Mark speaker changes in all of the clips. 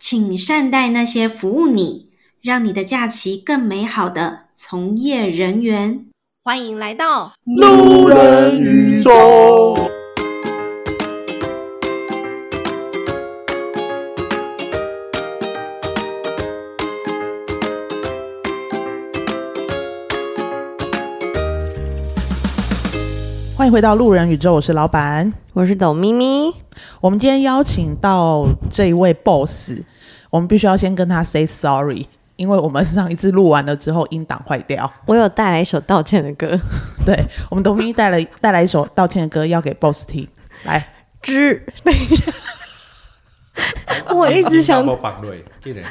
Speaker 1: 请善待那些服务你、让你的假期更美好的从业人员。欢迎来到
Speaker 2: 路人宇宙。欢迎回到路人宇宙，我是老板。
Speaker 3: 我是董咪咪，
Speaker 2: 我们今天邀请到这一位 boss，我们必须要先跟他 say sorry，因为我们上一次录完了之后音档坏掉。
Speaker 3: 我有带来一首道歉的歌，
Speaker 2: 对我们董明带了带来一首道歉的歌要给 boss 听，来，
Speaker 3: 之等一下，我一直想
Speaker 4: 我绑瑞，这人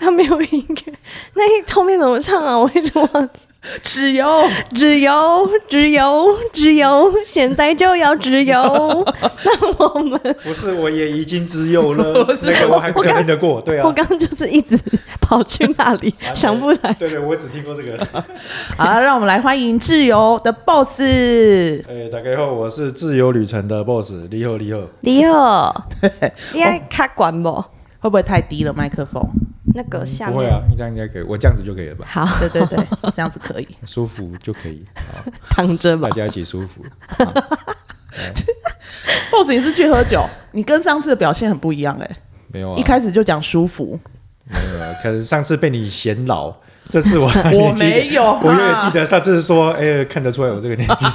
Speaker 3: 它没有音乐，那一后面怎么唱啊？我一直忘记，
Speaker 2: 只有
Speaker 3: 只有只有只有，现在就要只 有。那我们，
Speaker 4: 不是我也已经自由了，那个我还不
Speaker 3: 我刚
Speaker 4: 听得过，对
Speaker 3: 我
Speaker 4: 啊，
Speaker 3: 刚刚就是一直跑去那 里，想不来。
Speaker 4: 对对，我只听过这个。
Speaker 2: 好啦，让我们来欢迎自由的 boss。
Speaker 4: 哎，大家好，我是自由旅程的 boss，你好，你好。
Speaker 3: 你好，你爱卡管不？
Speaker 2: 会不会太低了麦克风？
Speaker 3: 那个下
Speaker 4: 不会
Speaker 3: 面、
Speaker 4: 啊，你这样应该可以，我这样子就可以了吧？
Speaker 3: 好
Speaker 2: 对对对，这样子可以。
Speaker 4: 舒服就可以，好
Speaker 3: 躺着吧
Speaker 4: 大。家一起舒服。
Speaker 2: boss，你是去喝酒？你跟上次的表现很不一样哎、
Speaker 4: 没有啊，
Speaker 2: 一开始就讲舒服，
Speaker 4: 没有啊，可能上次被你嫌老，这次我
Speaker 2: 我没有啊
Speaker 4: 我永远记得上次说，哎，看得出来我这个年纪，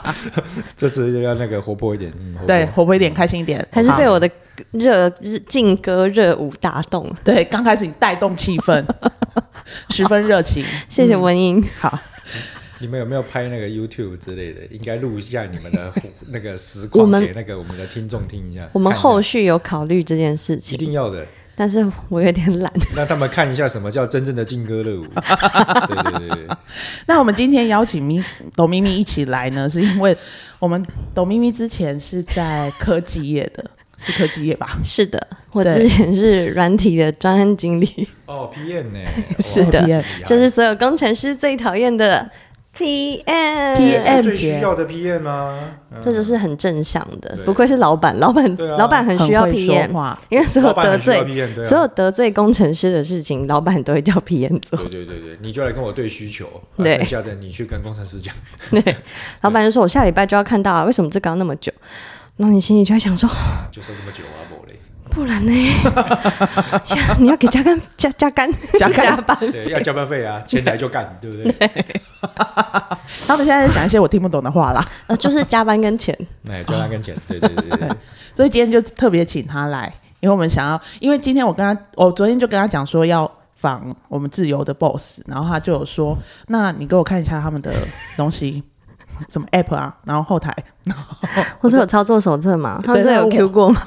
Speaker 4: 这次要那个活泼一点，嗯活泼
Speaker 2: 对，活泼一点，开心一点，
Speaker 3: 还是被
Speaker 2: 好
Speaker 3: 我的热热劲歌热舞打动，
Speaker 2: 对刚开始你带动气氛，十分热情。嗯
Speaker 3: 谢谢文英。
Speaker 2: 好，
Speaker 4: 你们有没有拍那个 YouTube 之类的？应该录一下你们 的那个实
Speaker 3: 我
Speaker 4: 况
Speaker 3: 们
Speaker 4: 给那个我们的听众听一下。
Speaker 3: 我们
Speaker 4: 看一下
Speaker 3: 后续有考虑这件事
Speaker 4: 一
Speaker 3: 情，
Speaker 4: 定要的，
Speaker 3: 但是我有点懒。
Speaker 4: 让他们看一下什么叫真正的劲歌热舞。对对对对，
Speaker 2: 那我们今天邀请咪董咪咪一起来呢，是因为我们董咪咪之前是在科技业的，是科技业吧？
Speaker 3: 是的，我
Speaker 2: 对
Speaker 3: 之前是软体的专案经 理，
Speaker 4: 哦，PM 呢？
Speaker 3: 是
Speaker 4: 哇
Speaker 3: 的
Speaker 4: 厉害
Speaker 3: 就是所有工程师最讨厌的 PM。
Speaker 4: 这
Speaker 2: PM
Speaker 4: 是最需
Speaker 2: 姐
Speaker 4: 要的 PM 啊。嗯
Speaker 3: 这就是很正向的，
Speaker 4: 对
Speaker 3: 不愧是老板，老板，
Speaker 4: 对啊
Speaker 3: 老板很需要
Speaker 2: 很会说
Speaker 3: PM，
Speaker 2: 话，
Speaker 3: 因为所有
Speaker 4: 老板
Speaker 3: 得
Speaker 4: 很需要
Speaker 3: 罪、
Speaker 4: PM，对啊
Speaker 3: 所有得罪工程师的事情，老板都会叫 PM 做。
Speaker 4: 对对对对，你就来跟我对需求，啊
Speaker 3: 对
Speaker 4: 剩下的你去跟工程师讲。
Speaker 3: 对，老板就说：“我下礼拜就要看到啊，为什么这搞那么久？”那你心里就会想说：“哦
Speaker 4: 就说这么久啊，我嘞，
Speaker 3: 不然 呢？ 呀你要给加干加加干
Speaker 2: 加干
Speaker 3: 加班
Speaker 4: 对，要交班费 啊，钱来就干，对不对？
Speaker 2: 他们现在在讲一些我听不懂的话啦，
Speaker 3: 呃，就是加班跟钱。
Speaker 4: 哎，交他跟钱，对对对 对对，
Speaker 2: 所以今天就特别请他来，因为我们想要，因为今天我跟他，我昨天就跟他讲说要访我们自由的 boss，然后他就有说，那你给我看一下他们的东西，什么 app 啊，然后后台，
Speaker 3: 我说有操作手册嘛，他们这有
Speaker 2: 对
Speaker 3: Q 过 吗？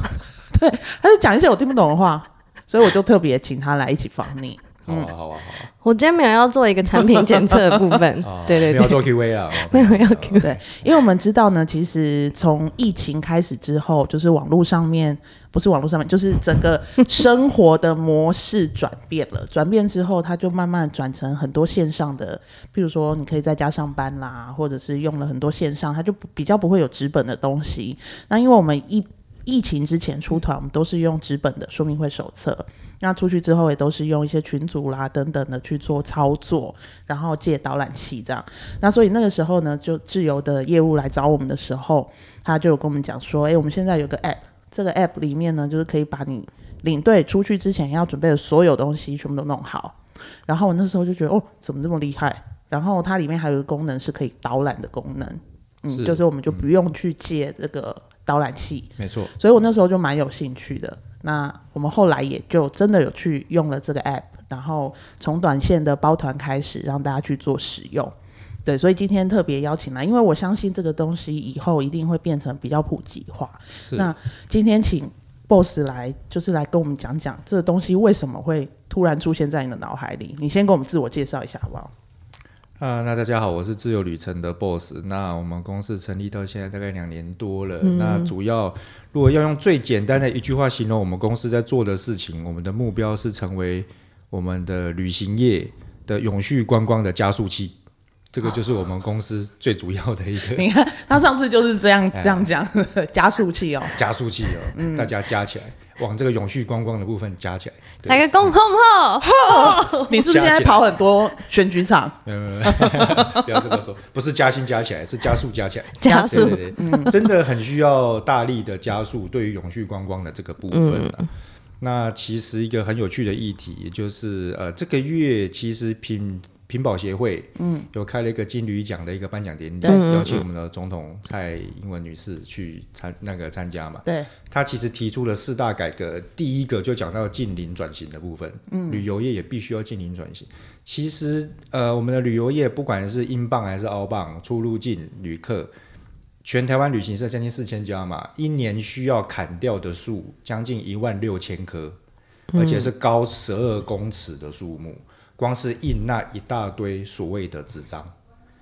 Speaker 2: 对，他就讲一些我听不懂的话，所以我就特别请他来一起访你。
Speaker 3: 嗯
Speaker 4: 好啊好啊好啊。
Speaker 3: 我今天没有要做一个产品检测的部分
Speaker 4: 啊，，
Speaker 3: 对对
Speaker 4: 没有
Speaker 3: 对，
Speaker 4: 做 QA 啊，哦
Speaker 3: 没有要 Q
Speaker 2: 对，因为我们知道呢，其实从疫情开始之后，就是网络上面不是网络上面，就是整个生活的模式转变了。 转变之后，它就慢慢转成很多线上的，譬如说你可以在家上班啦，或者是用了很多线上，它就不比较不会有纸本的东西。那因为我们疫疫情之前出团，我们都是用纸本的说明会手册。那出去之后也都是用一些群组啦等等的去做操作，然后借导览器这样。那所以那个时候呢，就自由的业务来找我们的时候，他就有跟我们讲说，诶，哎我们现在有个 app，这个 app 里面呢，就是可以把你领队出去之前要准备的所有东西全部都弄好。然后我那时候就觉得，哦，怎么这么厉害？然后它里面还有一个功能是可以导览的功能，嗯，
Speaker 4: 是
Speaker 2: 就是我们就不用去借这个导览器，
Speaker 4: 没错，
Speaker 2: 所以我那时候就蛮有兴趣的。那我们后来也就真的有去用了这个 app，然后从短线的包团开始，让大家去做使用。对，所以今天特别邀请来，因为我相信这个东西以后一定会变成比较普及化。
Speaker 4: 是
Speaker 2: 那今天请 boss 来，就是来跟我们讲讲这个东西为什么会突然出现在你的脑海里。你先给我们自我介绍一下好不好？
Speaker 4: 啊、那大家好，我是自由旅程的 boss。那我们公司成立到现在大概两年多了。那主要如果要用最简单的一句话形容我们公司在做的事情，我们的目标是成为我们的旅行业的永续观光的加速器。这个就是我们公司最主要的一个
Speaker 2: 你看他上次就是这样这
Speaker 4: 哎
Speaker 2: 样讲， 加速器哦，
Speaker 4: 加速器哦，大家加起来往这个永续观光的部分加起来。对
Speaker 3: 大家共碰碰，
Speaker 2: 你是不是现在
Speaker 4: 加起来
Speaker 2: 跑很多选举场？
Speaker 4: 没有没有没有，不要这么说，不是加薪加起来，是加速加起来，
Speaker 3: 加速
Speaker 4: 对对对，真的很需要大力的加速对于永续观光的这个部分、啊那其实一个很有趣的议题，也就是呃，这个月其实品品保协会嗯有开了一个金驴奖的一个颁奖典礼，邀请我们的总统蔡英文女士去参那个参加嘛。
Speaker 2: 对，
Speaker 4: 他其实提出了四大改革，第一个就讲到近邻转型的部分，嗯，旅游业也必须要近邻转型。其实，呃，我们的旅游业不管是英镑还是澳镑，出入境旅客，全台湾旅行社将近四千家嘛，一年需要砍掉的树将近一万六千棵，而且是高十二公尺的树木，光是印那一大堆所谓的纸张。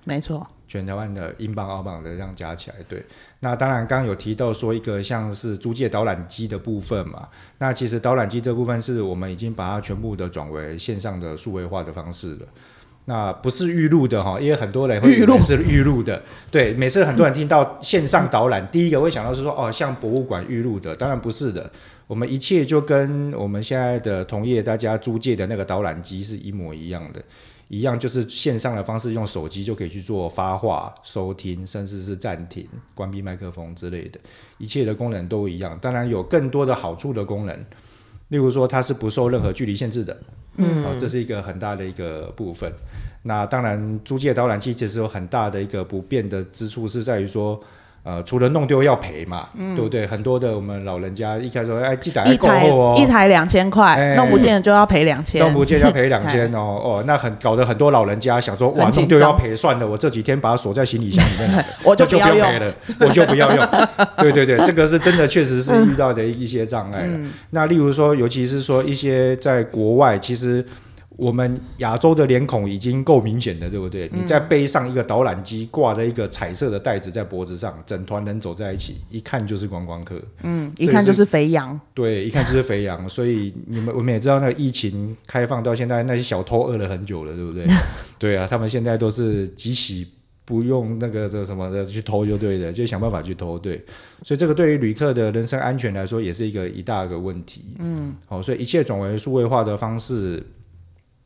Speaker 2: 没错，
Speaker 4: 全台湾的英镑、澳镑的这样加起来，对。那当然，刚刚有提到说一个像是租借导览机的部分嘛，那其实导览机这部分是我们已经把它全部的转为线上的数位化的方式了。那不是预录的哈，因为很多人会以
Speaker 2: 预录
Speaker 4: 为是预录的。对，每次很多人听到线上导
Speaker 2: 嗯
Speaker 4: 览，第一个会想到是说哦，像博物馆预录的，当然不是的。我们一切就跟我们现在的同业大家租借的那个导览机是一模一样的，一样就是线上的方式，用手机就可以去做发话、收听，甚至是暂停、关闭麦克风之类的，一切的功能都一样。当然有更多的好处的功能，例如说它是不受任何距离限制的，嗯、这是一个很大的一个部分。那当然，租借导览器其实有很大的一个不便的之处是在于说。呃，除了弄丢要赔嘛，对不对？很多的我们老人家一开始说，哎，记得要
Speaker 2: 嗯一
Speaker 4: 过后哦
Speaker 2: 台，一台两千块，
Speaker 4: 哎
Speaker 2: 弄不见就要赔两千
Speaker 4: 动，不见要赔两 千哦，哦，那很搞得很多老人家想说，哇，
Speaker 2: 哎很紧
Speaker 4: 弄丢要
Speaker 2: 张
Speaker 4: 赔算了，我这几天把它锁在行李箱里面了，
Speaker 2: 我就
Speaker 4: 那
Speaker 2: 不
Speaker 4: 就
Speaker 2: 要
Speaker 4: 不
Speaker 2: 用
Speaker 4: 用赔了，我就不 要用。对对对，这个是真的，确实是遇到的一些障碍了。
Speaker 2: 嗯
Speaker 4: 那例如说，尤其是说一些在国外，其实。我们亚洲的脸孔已经够明显的，对不对？
Speaker 2: 嗯
Speaker 4: 你再背上一个导览机，挂着一个彩色的袋子在脖子上，整团人走在一起，一看就是观光客。
Speaker 2: 嗯，一看就是肥羊，
Speaker 4: 对，一看就是肥羊，所以你们我们也知道，那个疫情开放到现在，那些小偷饿了很久了，对不对？ 对啊，他们现在都是集体不用那个这什么的去偷就对了，就想办法去偷。对，所以这个对于旅客的人身安全来说，也是一个一大个问题。嗯，好、所以一切转为数位化的方式，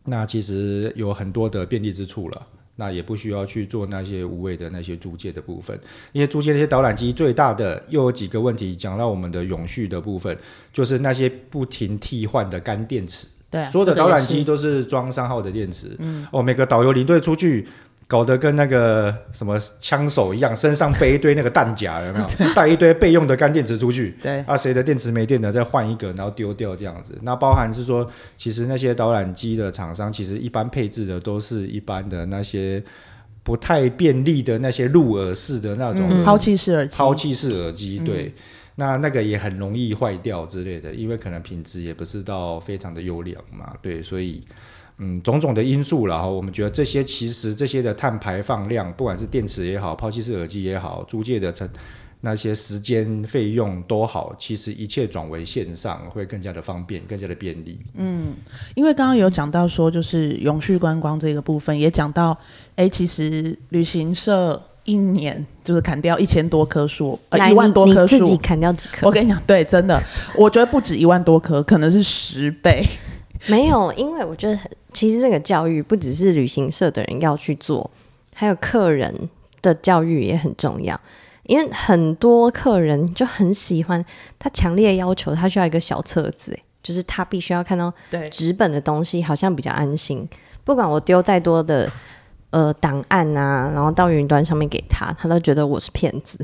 Speaker 4: 那其实有很多的便利之处了。那也不需要去做那些无谓的那些租借的部分，因为租借那些导览机最大的又有几个问题，讲到我们的永续的部分，就是那些不停替换的干电池。
Speaker 2: 对啊，
Speaker 4: 所有的
Speaker 2: 这
Speaker 4: 导
Speaker 2: 个也
Speaker 4: 览
Speaker 2: 是嗯
Speaker 4: 机都是装三号的电池。哦，每个导游领队出去。搞得跟那个什么枪手一样，身上背一堆那个弹夹，有没 有？带一堆备用的干电池出去，
Speaker 2: 对
Speaker 4: 啊，谁的电池没电了，再换一个，然后丢掉这样子。那包含是说，其实那些导览机的厂商，其实一般配置的都是一般的那些不太便利的那些入耳式的那种
Speaker 2: 嗯抛弃式耳机，
Speaker 4: 抛弃式耳机，对，那那个也很容易坏掉之类的，因为可能品质也不是到非常的优良嘛，对，所以嗯，种种的因素啦，然后我们觉得这些其实这些的碳排放量，不管是电池也好，抛弃式耳机也好，租借的成那些时间费用都好，其实一切转为线上会更加的方便，更加的便利。
Speaker 2: 因为刚刚有讲到说，就是永续观光这个部分，也讲到，哎，其实旅行社一年就是砍掉一千多棵树，呃，
Speaker 3: 来
Speaker 2: 一万多
Speaker 3: 你
Speaker 2: 棵
Speaker 3: 你自己
Speaker 2: 树。
Speaker 3: 砍掉几棵
Speaker 2: 我？跟你讲，对，真的，我觉得不止一万多棵，可能是十倍。
Speaker 3: 没有，因为我觉得很其实这个教育不只是旅行社的人要去做，还有客人的教育也很重要。因为很多客人就很喜欢，他强烈要求他需要一个小册子，诶就是他必须要看到
Speaker 2: 对
Speaker 3: 纸本的东西，好像比较安心。不管我丢再多的呃档案啊，然后到云端上面给他，他都觉得我是骗子。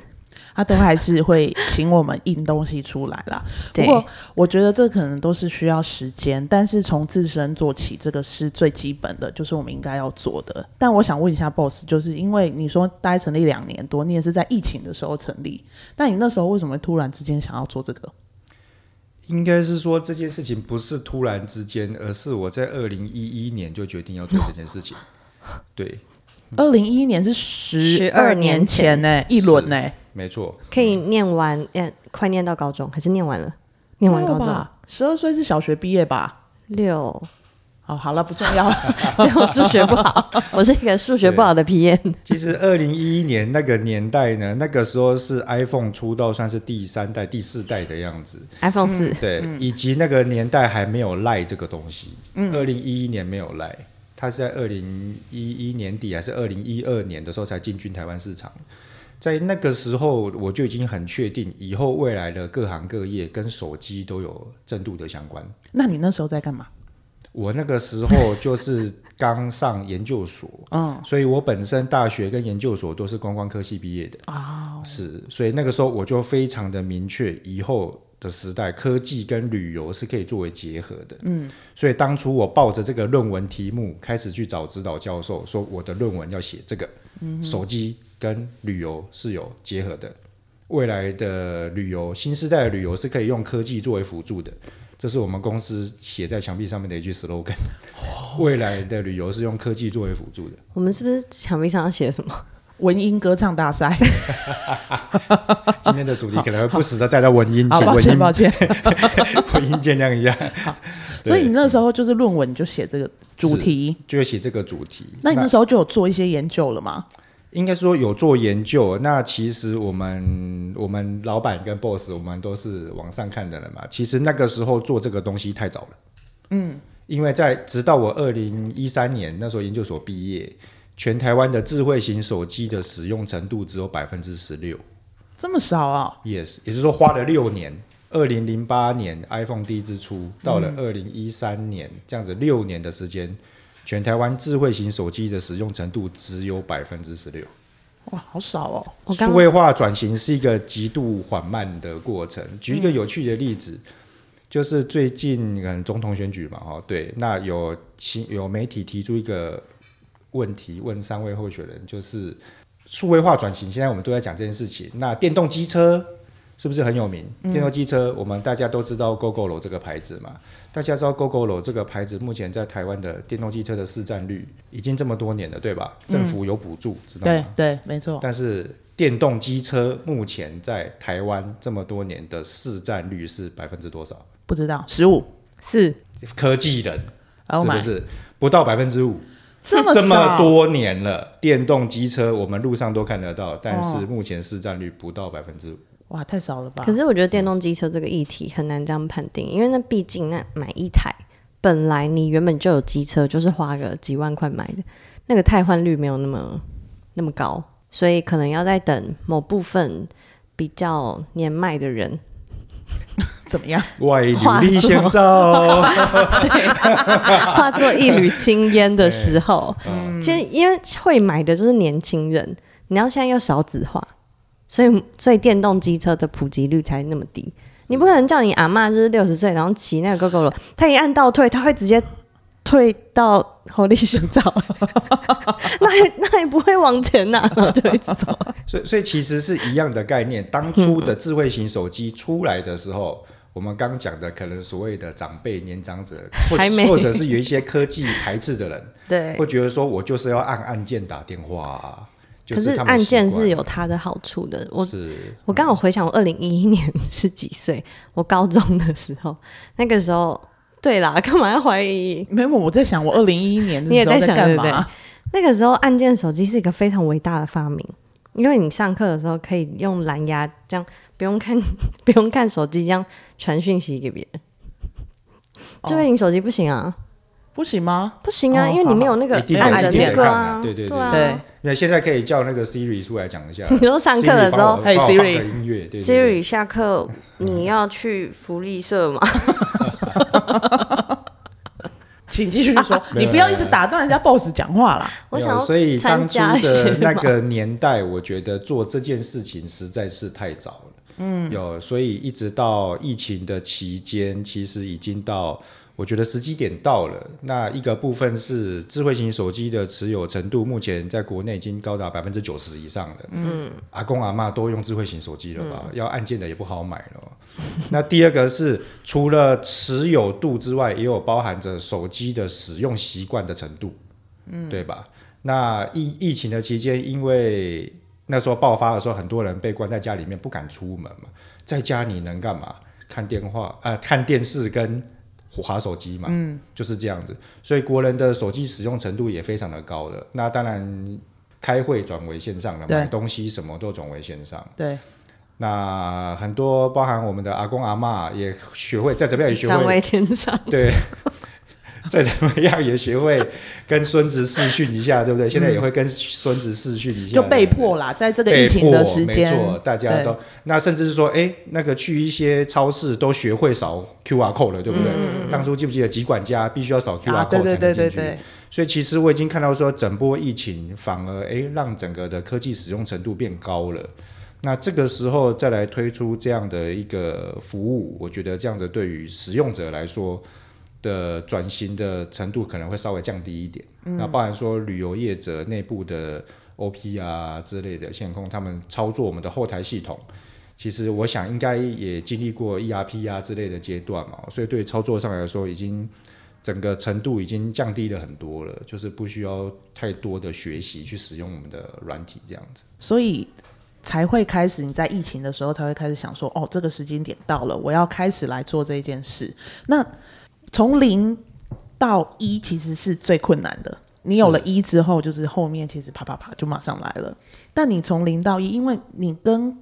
Speaker 2: 他都还是会请我们印东西出来啦。不
Speaker 3: 对
Speaker 2: 过我觉得这可能都是需要时间，但是从自身做起，这个是最基本的，就是我们应该要做的。但我想问一下 BOSS，就是因为你说大概成立两年多，你也是在疫情的时候成立，但你那时候为什么会突然之间想要做这个？
Speaker 4: 应该是说这件事情不是突然之间，而是我在二零一一年就决定要做这件事情。对，
Speaker 2: 二零一一年是十
Speaker 3: 12
Speaker 2: 年前
Speaker 3: 年前
Speaker 2: 呢、一轮呢、
Speaker 4: 没错。
Speaker 3: 可以念完，念快念到高中，还是念完了？念
Speaker 2: 没
Speaker 3: 完
Speaker 2: 有
Speaker 3: 高中
Speaker 2: 吧？十二岁是小学毕业吧？
Speaker 3: 六
Speaker 2: 哦，好了，不重要了。
Speaker 3: 对我数学不好，我是一个数学不好的
Speaker 2: 嗯
Speaker 3: PM。
Speaker 4: 其实二零一一年那个年代呢，那个时候是 iPhone 出到算是第三代、第四代的样子，
Speaker 3: iPhone 四，
Speaker 4: 对，以及那个年代还没有赖这个东西。二零一一年没有赖，它是在二零一一年底还是二零一二年的时候才进军台湾市场。在那个时候，我就已经很确定，以后未来的各行各业跟手机都有正度的相关。
Speaker 2: 那你那时候在干嘛？
Speaker 4: 我那个时候就是刚上研究所，嗯，所以我本身大学跟研究所都是观光科系毕业的啊，是，所以那个时候我就非常的明确，以后的时代科技跟旅游是可以作为结合的，嗯，所以当初我抱着这个论文题目开始去找指导教授，说我的论文要写这个，手机跟旅游是有结合的。未来的旅游，新时代的旅游是可以用科技作为辅助的，这是我们公司写在墙壁上面的一句 slogan。未来的旅游是用科技作为辅助的。
Speaker 3: 我们是不是墙壁上要写什么？
Speaker 2: 文音歌唱大 赛。
Speaker 4: 今天的主题可能会不时的带到文音，
Speaker 2: 好，
Speaker 4: 请
Speaker 2: 抱
Speaker 4: 文
Speaker 2: 歉，
Speaker 4: 音
Speaker 2: 抱歉。
Speaker 4: 文音见谅一下。
Speaker 2: 所以你那时候就是论文就写这个主题，
Speaker 4: 就会写这个主题。
Speaker 2: 那你那时候就有做一些研究了吗？
Speaker 4: 应该说有做研究，那其实我们我们老板跟 boss 我们都是往上看的人嘛。其实那个时候做这个东西太早了，嗯，因为在直到我二零一三年那时候研究所毕业，全台湾的智慧型手机的使用程度只有百分之十六
Speaker 2: 这么少啊？
Speaker 4: ，yes，也就是说花了六年。二零零八年 iPhone 第一支出，到了二零一三年，这样子六年的时间，全台湾智慧型手机的使用程度只有百分之十六。
Speaker 2: 哇，好少哦。
Speaker 3: 我刚
Speaker 4: 数位化转型是一个极度缓慢的过程。举一
Speaker 3: 嗯
Speaker 4: 个有趣的例子，就是最近嗯总统选举嘛，哦，对，那有新有媒体提出一个问题，问三位候选人，就是数位化转型，现在我们都在讲这件事情。那电动机车是不是很有名？电
Speaker 3: 嗯
Speaker 4: 动机车，我们大家都知道 GoGoRo 这个牌子嘛，大家知道 GoGoRo 这个牌子目前在台湾的电动机车的市占率已经这么多年了，对吧？
Speaker 3: 嗯
Speaker 4: 政府有补助，知道吗
Speaker 2: 对？对，没错。
Speaker 4: 但是电动机车目前在台湾这么多年的市占率是百分之多少？
Speaker 2: 不知道十五
Speaker 3: 是
Speaker 4: 科技人
Speaker 2: ，Oh
Speaker 4: 是
Speaker 2: my，
Speaker 4: 不是不到百分之五？
Speaker 2: 这么
Speaker 4: 这么
Speaker 2: 少
Speaker 4: 多年了，电动机车我们路上都看得到，但
Speaker 2: 哦
Speaker 4: 是目前市占率不到百分之五。
Speaker 2: 哇，太少了吧？
Speaker 3: 可是我觉得电动机车这个议题很难这样判定，因为那毕竟那买一台，本来你原本就有机车，就是花个几万块买的，那个汰换率没有那么那么高，所以可能要再等某部分比较年迈的人。
Speaker 2: 怎么样？
Speaker 4: 外流立先照，
Speaker 3: 化作一缕青烟的时候，其实因为会买的就是年轻人，你要现在又少子化，所以所以电动机车的普及率才那么低。你不可能叫你阿嬷就是六十岁，然后骑那个 GoGo 了，她一按倒退，她会直接退到后立行走， 那也那也不会往前呐、然后就一直走。
Speaker 4: 所以所以其实是一样的概念。当初的智慧型手机出来的时候。我们刚讲的可能所谓的长辈、年长者，或
Speaker 3: 还没
Speaker 4: 或者是有一些科技排斥的人，
Speaker 3: 对，
Speaker 4: 会觉得说我就是要按按键打电话、啊，就
Speaker 3: 可是
Speaker 4: 他们
Speaker 3: 按键
Speaker 4: 习惯
Speaker 3: 是有它的好处的，我
Speaker 4: 是
Speaker 3: 我刚好回想，我二零一一年是几岁？我高中的时候，那个时候，对啦， 干嘛要怀疑？
Speaker 2: 没有，我在想我二零一一年的
Speaker 3: 你也
Speaker 2: 时候
Speaker 3: 在想
Speaker 2: 干
Speaker 3: 对不
Speaker 2: 嘛？
Speaker 3: 那个时候，按键手机是一个非常伟大的发明，因为你上课的时候可以用蓝牙这样，不用看 不用看手机这样传讯息给别人。
Speaker 2: 哦
Speaker 3: 智慧型手机不行啊，
Speaker 2: 不行吗？
Speaker 3: 不行啊，
Speaker 2: 哦
Speaker 3: 因为你没有那个
Speaker 4: 一定
Speaker 2: 要
Speaker 3: 按
Speaker 2: 按
Speaker 3: 的
Speaker 2: 键
Speaker 3: 那个
Speaker 4: 看啊
Speaker 3: 啊，
Speaker 4: 对对对
Speaker 3: 啊。
Speaker 2: 对，
Speaker 4: 那现在可以叫那个 Siri 出来讲一
Speaker 3: 。
Speaker 4: 下
Speaker 3: 你说上课的时候
Speaker 4: 帮我
Speaker 2: 嘿
Speaker 4: 帮我放
Speaker 2: Siri
Speaker 4: 个音乐，对对对
Speaker 3: Siri 下课你要去福利社吗？
Speaker 2: 请继续说，
Speaker 4: 没
Speaker 2: 你
Speaker 4: 有
Speaker 2: 不要一直打断人家 boss 讲话啦。
Speaker 3: 我
Speaker 4: 没有
Speaker 3: 想
Speaker 4: 所以
Speaker 3: 要参
Speaker 4: 当初
Speaker 3: 加一些
Speaker 4: 的 那
Speaker 3: 嘛
Speaker 4: 个年代，我觉得做这件事情实在是太早了。嗯，有，所以一直到疫情的期间，其实已经到。我觉得时机点到了。那一个部分是智慧型手机的持有程度，目前在国内已经高达百分之九十以上了。嗯，阿公阿妈都用智慧型手机了吧？要按键的也不好买了。 那第二个是除了持有度之外，也有包含着手机的使用习惯的程度，嗯，对吧？那疫疫情的期间，因为那时候爆发的时候，很多人被关在家里面，不敢出门嘛，在家你能干嘛？看电话啊、呃看电视跟划手机嘛，嗯，就是这样子。所以国人的手机使用程度也非常的高的。那当然，开会转为线上了，
Speaker 2: 对
Speaker 4: 买东西什么都转为线上。
Speaker 2: 对，
Speaker 4: 那很多包含我们的阿公阿嬷也学会，再怎么样也学
Speaker 3: 占
Speaker 4: 会
Speaker 3: 位天上，
Speaker 4: 对，再怎么样也学会跟孙子视讯一下，对不对？现在也会跟孙子视讯一下，
Speaker 2: 嗯就被迫
Speaker 4: 了。
Speaker 2: 啦，在这个
Speaker 4: 被
Speaker 2: 疫情
Speaker 4: 迫，
Speaker 2: 的时
Speaker 4: 没
Speaker 2: 间，
Speaker 4: 错，大家都那甚至是说，哎，那个去一些超市都学会扫 QR code 了，对不对？当初记不记得几管家必须要扫 QR
Speaker 2: 嗯啊，对
Speaker 4: code 才
Speaker 2: 对对
Speaker 4: 能
Speaker 2: 对
Speaker 4: 进去？
Speaker 2: 对，
Speaker 4: 所以其实我已经看到说，整波疫情反而诶让整个的科技使用程度变高了。那这个时候再来推出这样的一个服务，我觉得这样子对于使用者来说的转型的程度可能会稍微降低一点。那包含说旅游业者内部的 OP 啊之类的线控，他们操作我们的后台系统，其实我想应该也经历过 ERP 啊之类的阶段嘛，所以对于操作上来说已经。整个程度已经降低了很多了，就是不需要太多的学习去使用我们的软体这样子。
Speaker 2: 所以才会开始你在疫情的时候才会开始想说，哦，这个时间点到了，我要开始来做这件事。那从零到一其实是最困难的。你有了一之后，就是后面其实啪啪啪就马上来了。但你从零到一，因为你跟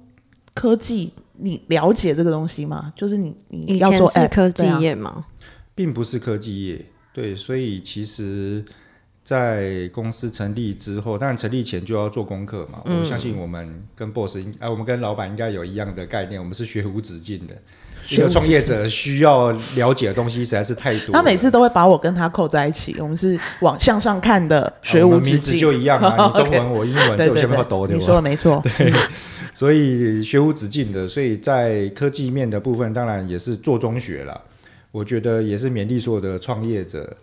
Speaker 2: 科技，你了解这个东西吗？就是你你
Speaker 3: 以
Speaker 2: 要
Speaker 3: 前
Speaker 2: 做
Speaker 3: 是
Speaker 2: app
Speaker 3: 科技
Speaker 2: 对啊
Speaker 3: 业嘛，
Speaker 4: 并不是科技业，对，所以其实，在公司成立之后，当然成立前就要做功课
Speaker 2: 嗯
Speaker 4: 嘛。我相信我们跟 boss，应啊，我们跟老板应该有一样的概念，我们是学无止境的。一
Speaker 2: 学无
Speaker 4: 个
Speaker 2: 止
Speaker 4: 创业者需要了解的东西实在是太多了。
Speaker 2: 他每次都会把我跟他扣在一起，我们是往向上看的，学
Speaker 4: 啊我
Speaker 2: 无
Speaker 4: 们
Speaker 2: 止
Speaker 4: 名字
Speaker 2: 境。
Speaker 4: 就一样 啊，你中
Speaker 2: 哦 OK
Speaker 4: 文我英文，
Speaker 2: 对
Speaker 4: 这我
Speaker 2: 对
Speaker 4: 前面要抖啊
Speaker 2: 对，你
Speaker 4: 对吧？
Speaker 2: 说的没错。
Speaker 4: 所以学无止境的，所以在科技面的部分，当然也是做中学啦。我觉得也是勉励所有的创业者，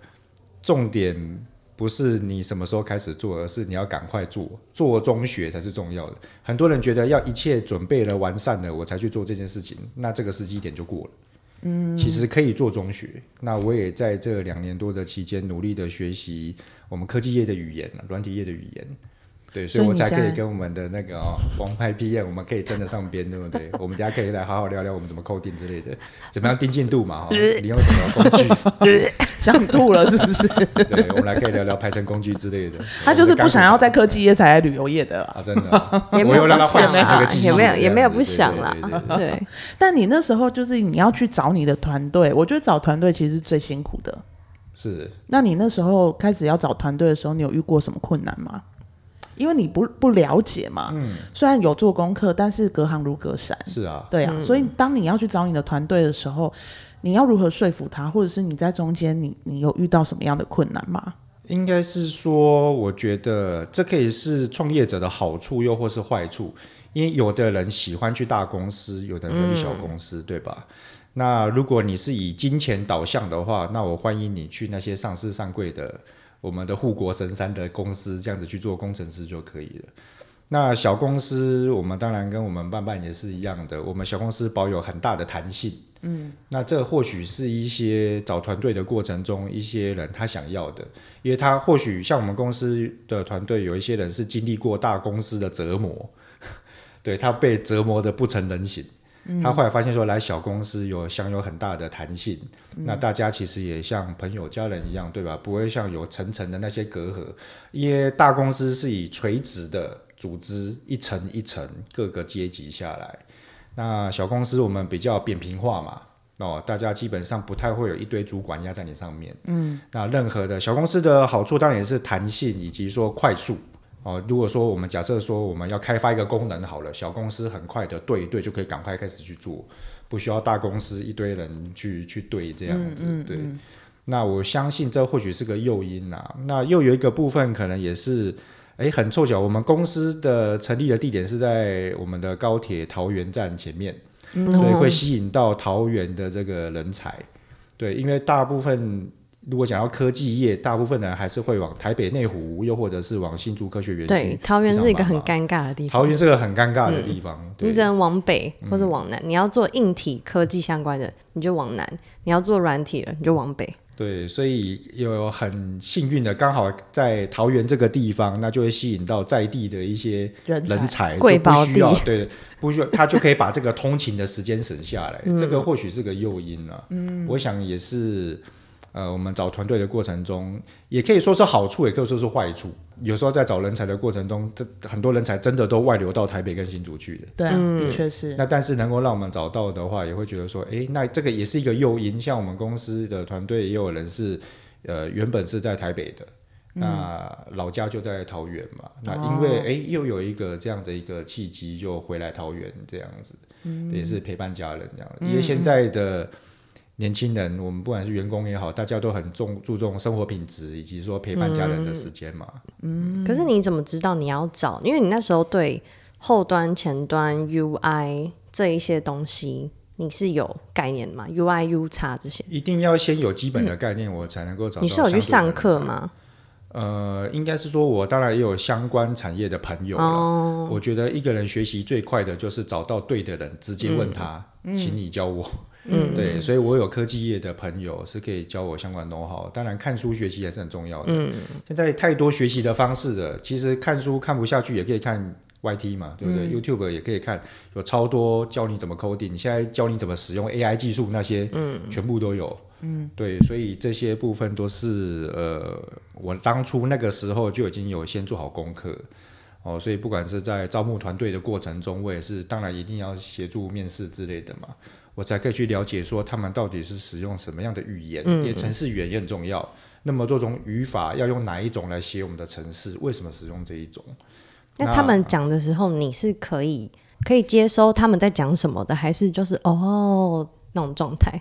Speaker 4: 重点不是你什么时候开始做，而是你要赶快做，做中学才是重要的。很多人觉得要一切准备了、完善了，我才去做这件事情，那这个时机点就过了。嗯，其实可以做中学。那我也在这两年多的期间，努力的学习我们科技业的语言、软体业的语言。对，所
Speaker 2: 所以
Speaker 4: 以我
Speaker 2: 你
Speaker 4: 才可
Speaker 2: 现
Speaker 4: 以
Speaker 2: 在
Speaker 4: 跟我们的那个、哦、王牌 PM，我们可以站得上边，对 不对？我们等一下可以来好好聊聊我们怎么扣定之类的，怎么样定进度嘛？哈、你用什么工具？
Speaker 2: 想吐了是不是？
Speaker 4: 对，我们来可以聊聊排程工具之类的。
Speaker 2: 他就是不想要在科
Speaker 4: 技。
Speaker 2: 技业才来旅游业的啦。
Speaker 4: 啊，真的哦，
Speaker 3: 也没
Speaker 4: 我
Speaker 3: 有
Speaker 4: 又让
Speaker 3: 不
Speaker 4: 他唤
Speaker 3: 想
Speaker 4: 醒那
Speaker 3: 啦
Speaker 4: 个记，忆
Speaker 3: 也没有
Speaker 4: 这
Speaker 3: 也
Speaker 4: 样
Speaker 3: 没有
Speaker 4: 子
Speaker 3: 不想啦
Speaker 4: 对对对对，对
Speaker 3: 对，
Speaker 2: 但你那时候就是你要去找你的团队，我觉得找团队其实是最辛苦的。
Speaker 4: 是
Speaker 2: 那你那时候开始要找团队的时候，你有遇过什么困难吗？因为你不不了解嘛，虽然有做功课，但是隔行如隔山，
Speaker 4: 是啊，
Speaker 2: 对啊，所以当你要去找你的团队的时候，你要如何说服他，或者是你在中间你你有遇到什么样的困难吗？
Speaker 4: 应该是说，我觉得这可以是创业者的好处，又或是坏处。因为有的人喜欢去大公司，有的人去小公司，对吧？那如果你是以金钱导向的话，那我欢迎你去那些上市上柜的我们的护国神山的公司，这样子去做工程师就可以了。那小公司，我们当然跟我们办办也是一样的，我们小公司保有很大的弹性。嗯，那这或许是一些找团队的过程中，一些人他想要的，因为他或许像我们公司的团队有一些人是经历过大公司的折磨， 对他被折磨的不成人形。他后来发现说，来小公司有享有很大的弹性，那大家其实也像朋友、家人一样，对吧？不会像有层层的那些隔阂，因为大公司是以垂直的组织一层一层各个阶级下来，那小公司我们比较扁平化嘛，哦，大家基本上不太会有一堆主管压在你上面。嗯，那任何的小公司的好处当然也是弹性以及说快速。哦，如果说我们假设说我们要开发一个功能好了，小公司很快的对一对就可以赶快开始去做，不需要大公司一堆人去去对这样子。对，那我相信这或许是个诱因啊。那又有一个部分可能也是。诶，很凑巧，我们公司的成立的地点是在我们的高铁桃园站前面，所以会吸引到桃园的这个人才。对，因为大部分如果讲到科技业，大部分人还是会往台北内湖，又或者是往新竹科学园区。
Speaker 3: 对，桃园是一个很
Speaker 4: 尬，
Speaker 3: 尴尬的地方，嗯
Speaker 4: 桃园是个很尴尬的地方。对嗯
Speaker 3: 你只能往北或者往南。你要做硬体科技相关的，你就往南；你要做软体了，你就往北。
Speaker 4: 对，所以有很幸运的，刚好在桃园这个地方，那就会吸引到在地的一些
Speaker 2: 人才
Speaker 4: 人才，
Speaker 3: 贵
Speaker 4: 就不
Speaker 3: 宝
Speaker 4: 需要
Speaker 3: 地
Speaker 4: 对， 不需要他就可以把这个通勤的时间省下来，这个或许是个诱因啊。嗯，我想也是。呃，我们找团队的过程中，也可以说是好处，也可以说是坏处。有时候在找人才的过程中，这很多人才真的都外流到台北跟新竹去的。
Speaker 2: 对啊，的确是。
Speaker 4: 那但是能够让我们找到的话，也会觉得说，诶，那这个也是一个诱因。像我们公司的团队也有人是，呃，原本是在台北的，
Speaker 3: 嗯
Speaker 4: 那老家就在桃园嘛。
Speaker 3: 哦
Speaker 4: 那因为诶，又有一个这样的一个契机，就回来桃园这样子，
Speaker 3: 嗯
Speaker 4: 也是陪伴家人这样。因为现在的年轻人，我们不管是员工也好，大家都很重注重生活品质，以及说陪伴家
Speaker 3: 嗯
Speaker 4: 人的时间嘛。
Speaker 2: 嗯
Speaker 3: 可是你怎么知道你要找？因为你那时候对后端、前端、UI 这一些东西，你是有概念吗？UI、U 叉这些，
Speaker 4: 一定要先有基本的概念，我才能够找到。
Speaker 3: 你是有去上课
Speaker 4: 吗？
Speaker 3: 吗？
Speaker 4: 呃，应该是说，我当然也有相关产业的朋友了。我觉得一个人学习最快的就是找到对的人，直接问他，请你教我。嗯，对，所以我有科技业的朋友是可以教我相关 know how。当然，看书学习也是很重要的。嗯，现在太多学习的方式了，其实看书看不下去也可以看 YT 嘛，对不对、y o u t u b e 也可以看，有超多教你怎么 coding，现在教你怎么使用 AI 技术那些，嗯，全部都有。嗯，对，所以这些部分都是呃，我当初那个时候就已经有先做好功课哦，所以不管是在招募团队的过程中，我也是当然一定要协助面试之类的嘛，我才可以去了解说他们到底是使用什么样的语言，
Speaker 3: 嗯
Speaker 4: 因为城市语言也很重要，那么多种语法要用哪一种来写我们的城市，为什么使用这一种？
Speaker 3: 那
Speaker 4: 那
Speaker 3: 他们讲的时候，你是可以可以接收他们在讲什么的，还是就是哦那种状态？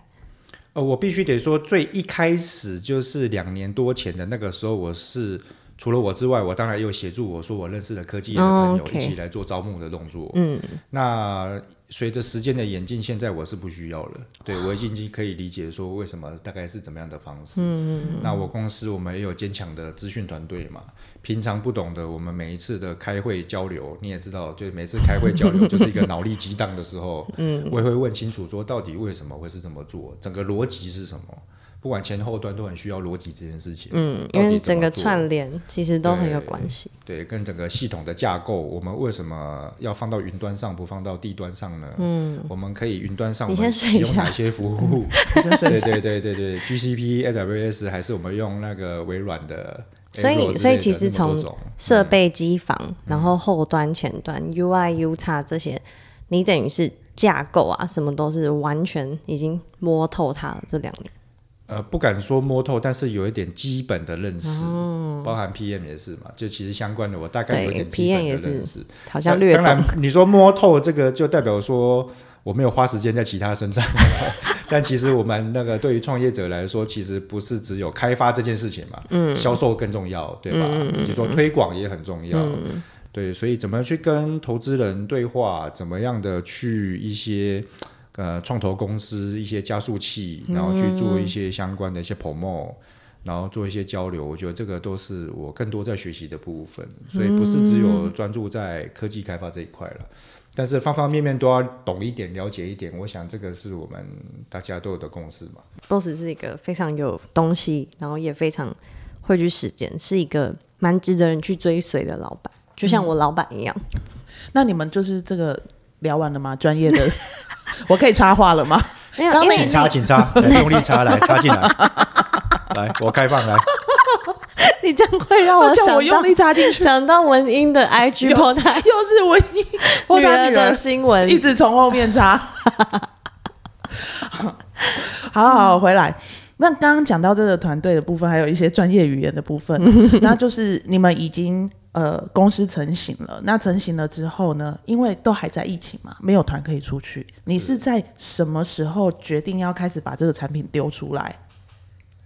Speaker 4: 呃，我必须得说，最一开始就是两年多前的那个时候，我是除了我之外，我当然也有协助我说我认识的科技业的
Speaker 3: 哦
Speaker 4: 朋友
Speaker 3: OK
Speaker 4: 一起来做招募的动作。嗯，那随着时间的演进，现在我是不需要了。对我已经已经可以理解说为什么大概是怎么样的方式。嗯，那我公司我们也有坚强的资讯团队嘛，平常不懂的，我们每一次的开会交流，你也知道，就是每次开会交流就是一个脑力激荡的时候，嗯，我也会问清楚说到底为什么会是这么做，整个逻辑是什么，不管前后端都很需要逻辑这件事情，
Speaker 3: 嗯，
Speaker 4: 到
Speaker 3: 因
Speaker 4: 底
Speaker 3: 为
Speaker 4: 怎
Speaker 3: 整
Speaker 4: 么
Speaker 3: 个
Speaker 4: 做
Speaker 3: 串联其实都很有
Speaker 4: 对
Speaker 3: 关系。
Speaker 4: 对，跟整个系统的架构，我们为什么要放到云端上，不放到地端上呢？嗯，我们可以云端上
Speaker 3: 你
Speaker 4: 我
Speaker 3: 先
Speaker 4: 们
Speaker 3: 睡
Speaker 4: 使
Speaker 3: 一
Speaker 4: 用
Speaker 3: 下
Speaker 4: 哪些服务？
Speaker 2: 先睡
Speaker 4: 对对对对对，GCP、AWS 还是我们用那个微软的 Azure 之
Speaker 3: 所以
Speaker 4: 类的，
Speaker 3: 所以其实
Speaker 4: 那么多
Speaker 3: 从
Speaker 4: 种
Speaker 3: 设备机房，然后后端、前端、UI、U 叉这些，你等于是架构啊，什么都是完全已经摸透它了。这两年，
Speaker 4: 呃，不敢说摸透，但是有一点基本的认识，包含 PM 也是嘛，就其实相关的我大概有一
Speaker 3: 哦对
Speaker 4: 点基本
Speaker 3: PM
Speaker 4: 的
Speaker 3: 也是
Speaker 4: 认识。
Speaker 3: 好像略
Speaker 4: 呃当然
Speaker 3: 懂。，
Speaker 4: 你说摸透这个，就代表说我没有花时间在其他身 上。但其实我们那个对于创业者来说，其实不是只有开发这件事情嘛，嗯，销售更重要，对吧？
Speaker 3: 嗯
Speaker 4: 以及说推广也很重要，对，所以怎么去跟投资人对话，怎么样的去一些。呃，创投公司一些加速器，然后去做一些相关的一些 promo，、然后做一些交流，我觉得这个都是我更多在学习的部分，所以不是只有专注在科技开发这一块了，但是方方面面都要懂一点、了解一点。我想这个是我们大家都有的共识嘛。
Speaker 3: Boss 是一个非常有东西，然后也非常会去实践，是一个蛮值得人去追随的老板，就
Speaker 4: 嗯
Speaker 3: 像我老板一样。
Speaker 2: 那你们就是这个聊完了吗？专 业的，我可以插话了吗？
Speaker 3: 没有，
Speaker 2: 刚
Speaker 3: 因为
Speaker 2: 那
Speaker 4: 请插，请插，来用力插，来插进来，来，我开放来。
Speaker 3: 你这样会哦让我
Speaker 2: 叫我
Speaker 3: 想
Speaker 2: 用
Speaker 3: 到
Speaker 2: 力插进 去，
Speaker 3: 想到文英的 IG
Speaker 2: 又
Speaker 3: 破
Speaker 2: 是
Speaker 3: 台
Speaker 2: 又是我一我
Speaker 3: 女
Speaker 2: 他
Speaker 3: 儿
Speaker 2: 女
Speaker 3: 的
Speaker 2: 儿
Speaker 3: 新闻
Speaker 2: 一直从后面插。 好好好，回来。那刚刚讲到这个团队的部分，还有一些专业语言的部 分，那就是你们已经呃公司成型了。那成型了之后呢，因为都还在疫情嘛，没有团可以出去。你是在什么时候决定要开始把这个产品丢出来？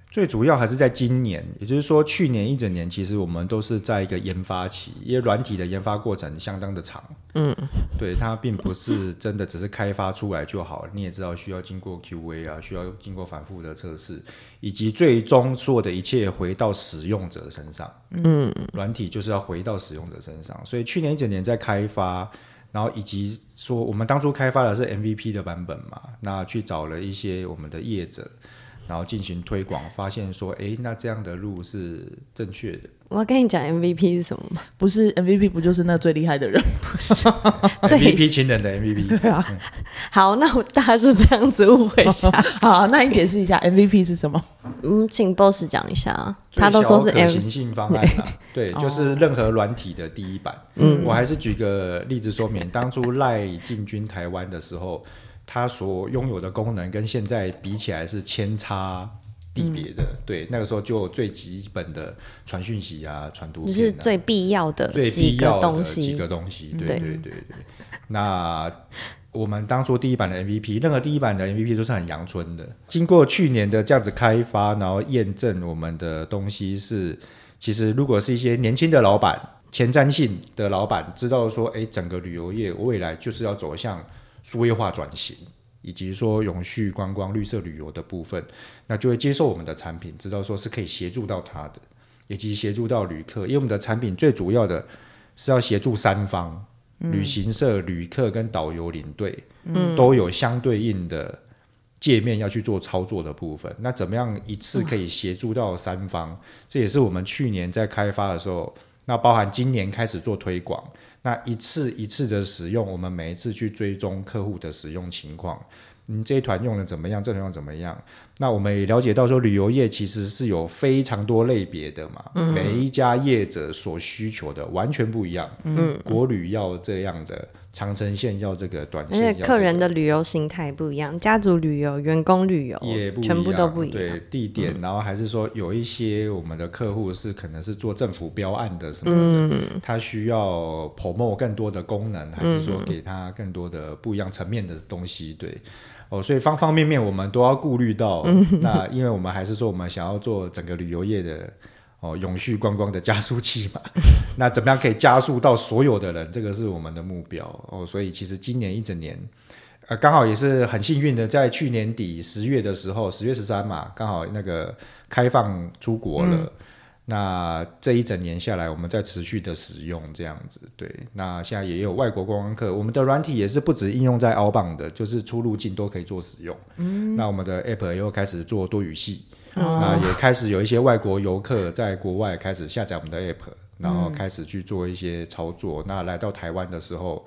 Speaker 4: 最主要还是在今年，也就是说去年一整年，其实我们都是在一个研发期，因为软体的研发过程相当的长。嗯，对，它并不是真的只是开发出来就好，你也知道需要经过 QA 啊，需要经过反复的测试，以及最终做的一切回到使用者身上。嗯，软体就是要回到使用者身上，所以去年一整年在开发。然后以及说，我们当初开发的是 MVP 的版本嘛，那去找了一些我们的业者，然后进行推广，发现说，哎，那这样的路是正确的。
Speaker 3: 我跟你讲 MVP 是什么吗？
Speaker 2: 不是 MVP 不就是那最厉害的人？
Speaker 3: 最
Speaker 4: MVP 情人 的 MVP，
Speaker 3: 好，那我大家就这样子误会 下
Speaker 2: 好，那你解释一下 MVP 是什么？
Speaker 3: 嗯，请 boss 讲一下，
Speaker 4: 最
Speaker 3: 他都说是
Speaker 4: 小可
Speaker 3: M，哦
Speaker 4: 行性方案啦，对，就是任何软体的第一版。嗯，我还是举个例子说明，当初赖进军台湾的时候，它所拥有的功能跟现在比起来是千差。地别
Speaker 3: 嗯
Speaker 4: 的，对，那个时候就有最基本的传讯息啊、传图
Speaker 3: 就
Speaker 4: 片、啊，
Speaker 3: 是最必要的
Speaker 4: 最
Speaker 3: 几
Speaker 4: 必
Speaker 3: 个
Speaker 4: 要
Speaker 3: 东
Speaker 4: 的几
Speaker 3: 西
Speaker 4: 个。东西，对
Speaker 3: 对
Speaker 4: 对对对。那我们当初第一版的 MVP，任何第一版的 MVP 都是很阳春的。经过去年的这样子开发，然后验证我们的东西是，其实如果是一些年轻的老板、前瞻性的老板，知道说，哎，整个旅游业未来就是要走向数位化转型。以及说永续观光、绿色旅游的部分，那就会接受我们的产品，知道说是可以协助到他的，以及协助到旅客，因为我们的产品最主要的是要协助三方，旅行社、旅客跟导游领队，嗯，都有相对应的界面要去做操作的部分。那怎么样一
Speaker 3: 嗯
Speaker 4: 次可以协助到三方？这也是我们去年在开发的时候，那包含今年开始做推广，那一次一次的使用，我们每一次去追踪客户的使用情况。你这一团用的怎么样？这团用得怎么样？那我们也了解到说，旅游业其实是有非常多类别的嘛，
Speaker 3: 嗯
Speaker 4: 每一家业者所需求的完全不一样。嗯，国旅要这样的，长城线要这个，短
Speaker 3: 而
Speaker 4: 线要、
Speaker 3: 且
Speaker 4: 这个、
Speaker 3: 客人的旅游形态不一样，家族旅游、员工旅游
Speaker 4: 也不一
Speaker 3: 全部都
Speaker 4: 样
Speaker 3: 不一样嗯
Speaker 4: 对。地点，然后还是说有一些我们的客户是可能是做政府标案的什么的，
Speaker 3: 嗯
Speaker 4: 他需要 promote 更多的功能，还是说
Speaker 3: 嗯
Speaker 4: 给他更多的不一样层面的东西？对，哦，所以方方面面我们都要顾虑到。
Speaker 3: 嗯
Speaker 4: 那因为我们还是说我们想要做整个旅游业的。哦，永续观光的加速器 嘛，那怎么样可以加速到所有的人？这个是我们的目标哦。所以其实今年一整年，呃，刚好也是很幸运的，在去年底十月的时候，十月十三嘛，刚好那个开放出国了。那这一整年下来，我们在持续的使用这样子，对。那现在也有外国观光客，我们的软体也是不止应用在澳棒的，就是出入境都可以做使用。嗯，那我们的 app 又开始做多语系，
Speaker 3: 嗯哦
Speaker 4: 那也开始有一些外国游客在国外开始下载我们的 app，然后开始去做一些操作。那来到台湾的时候，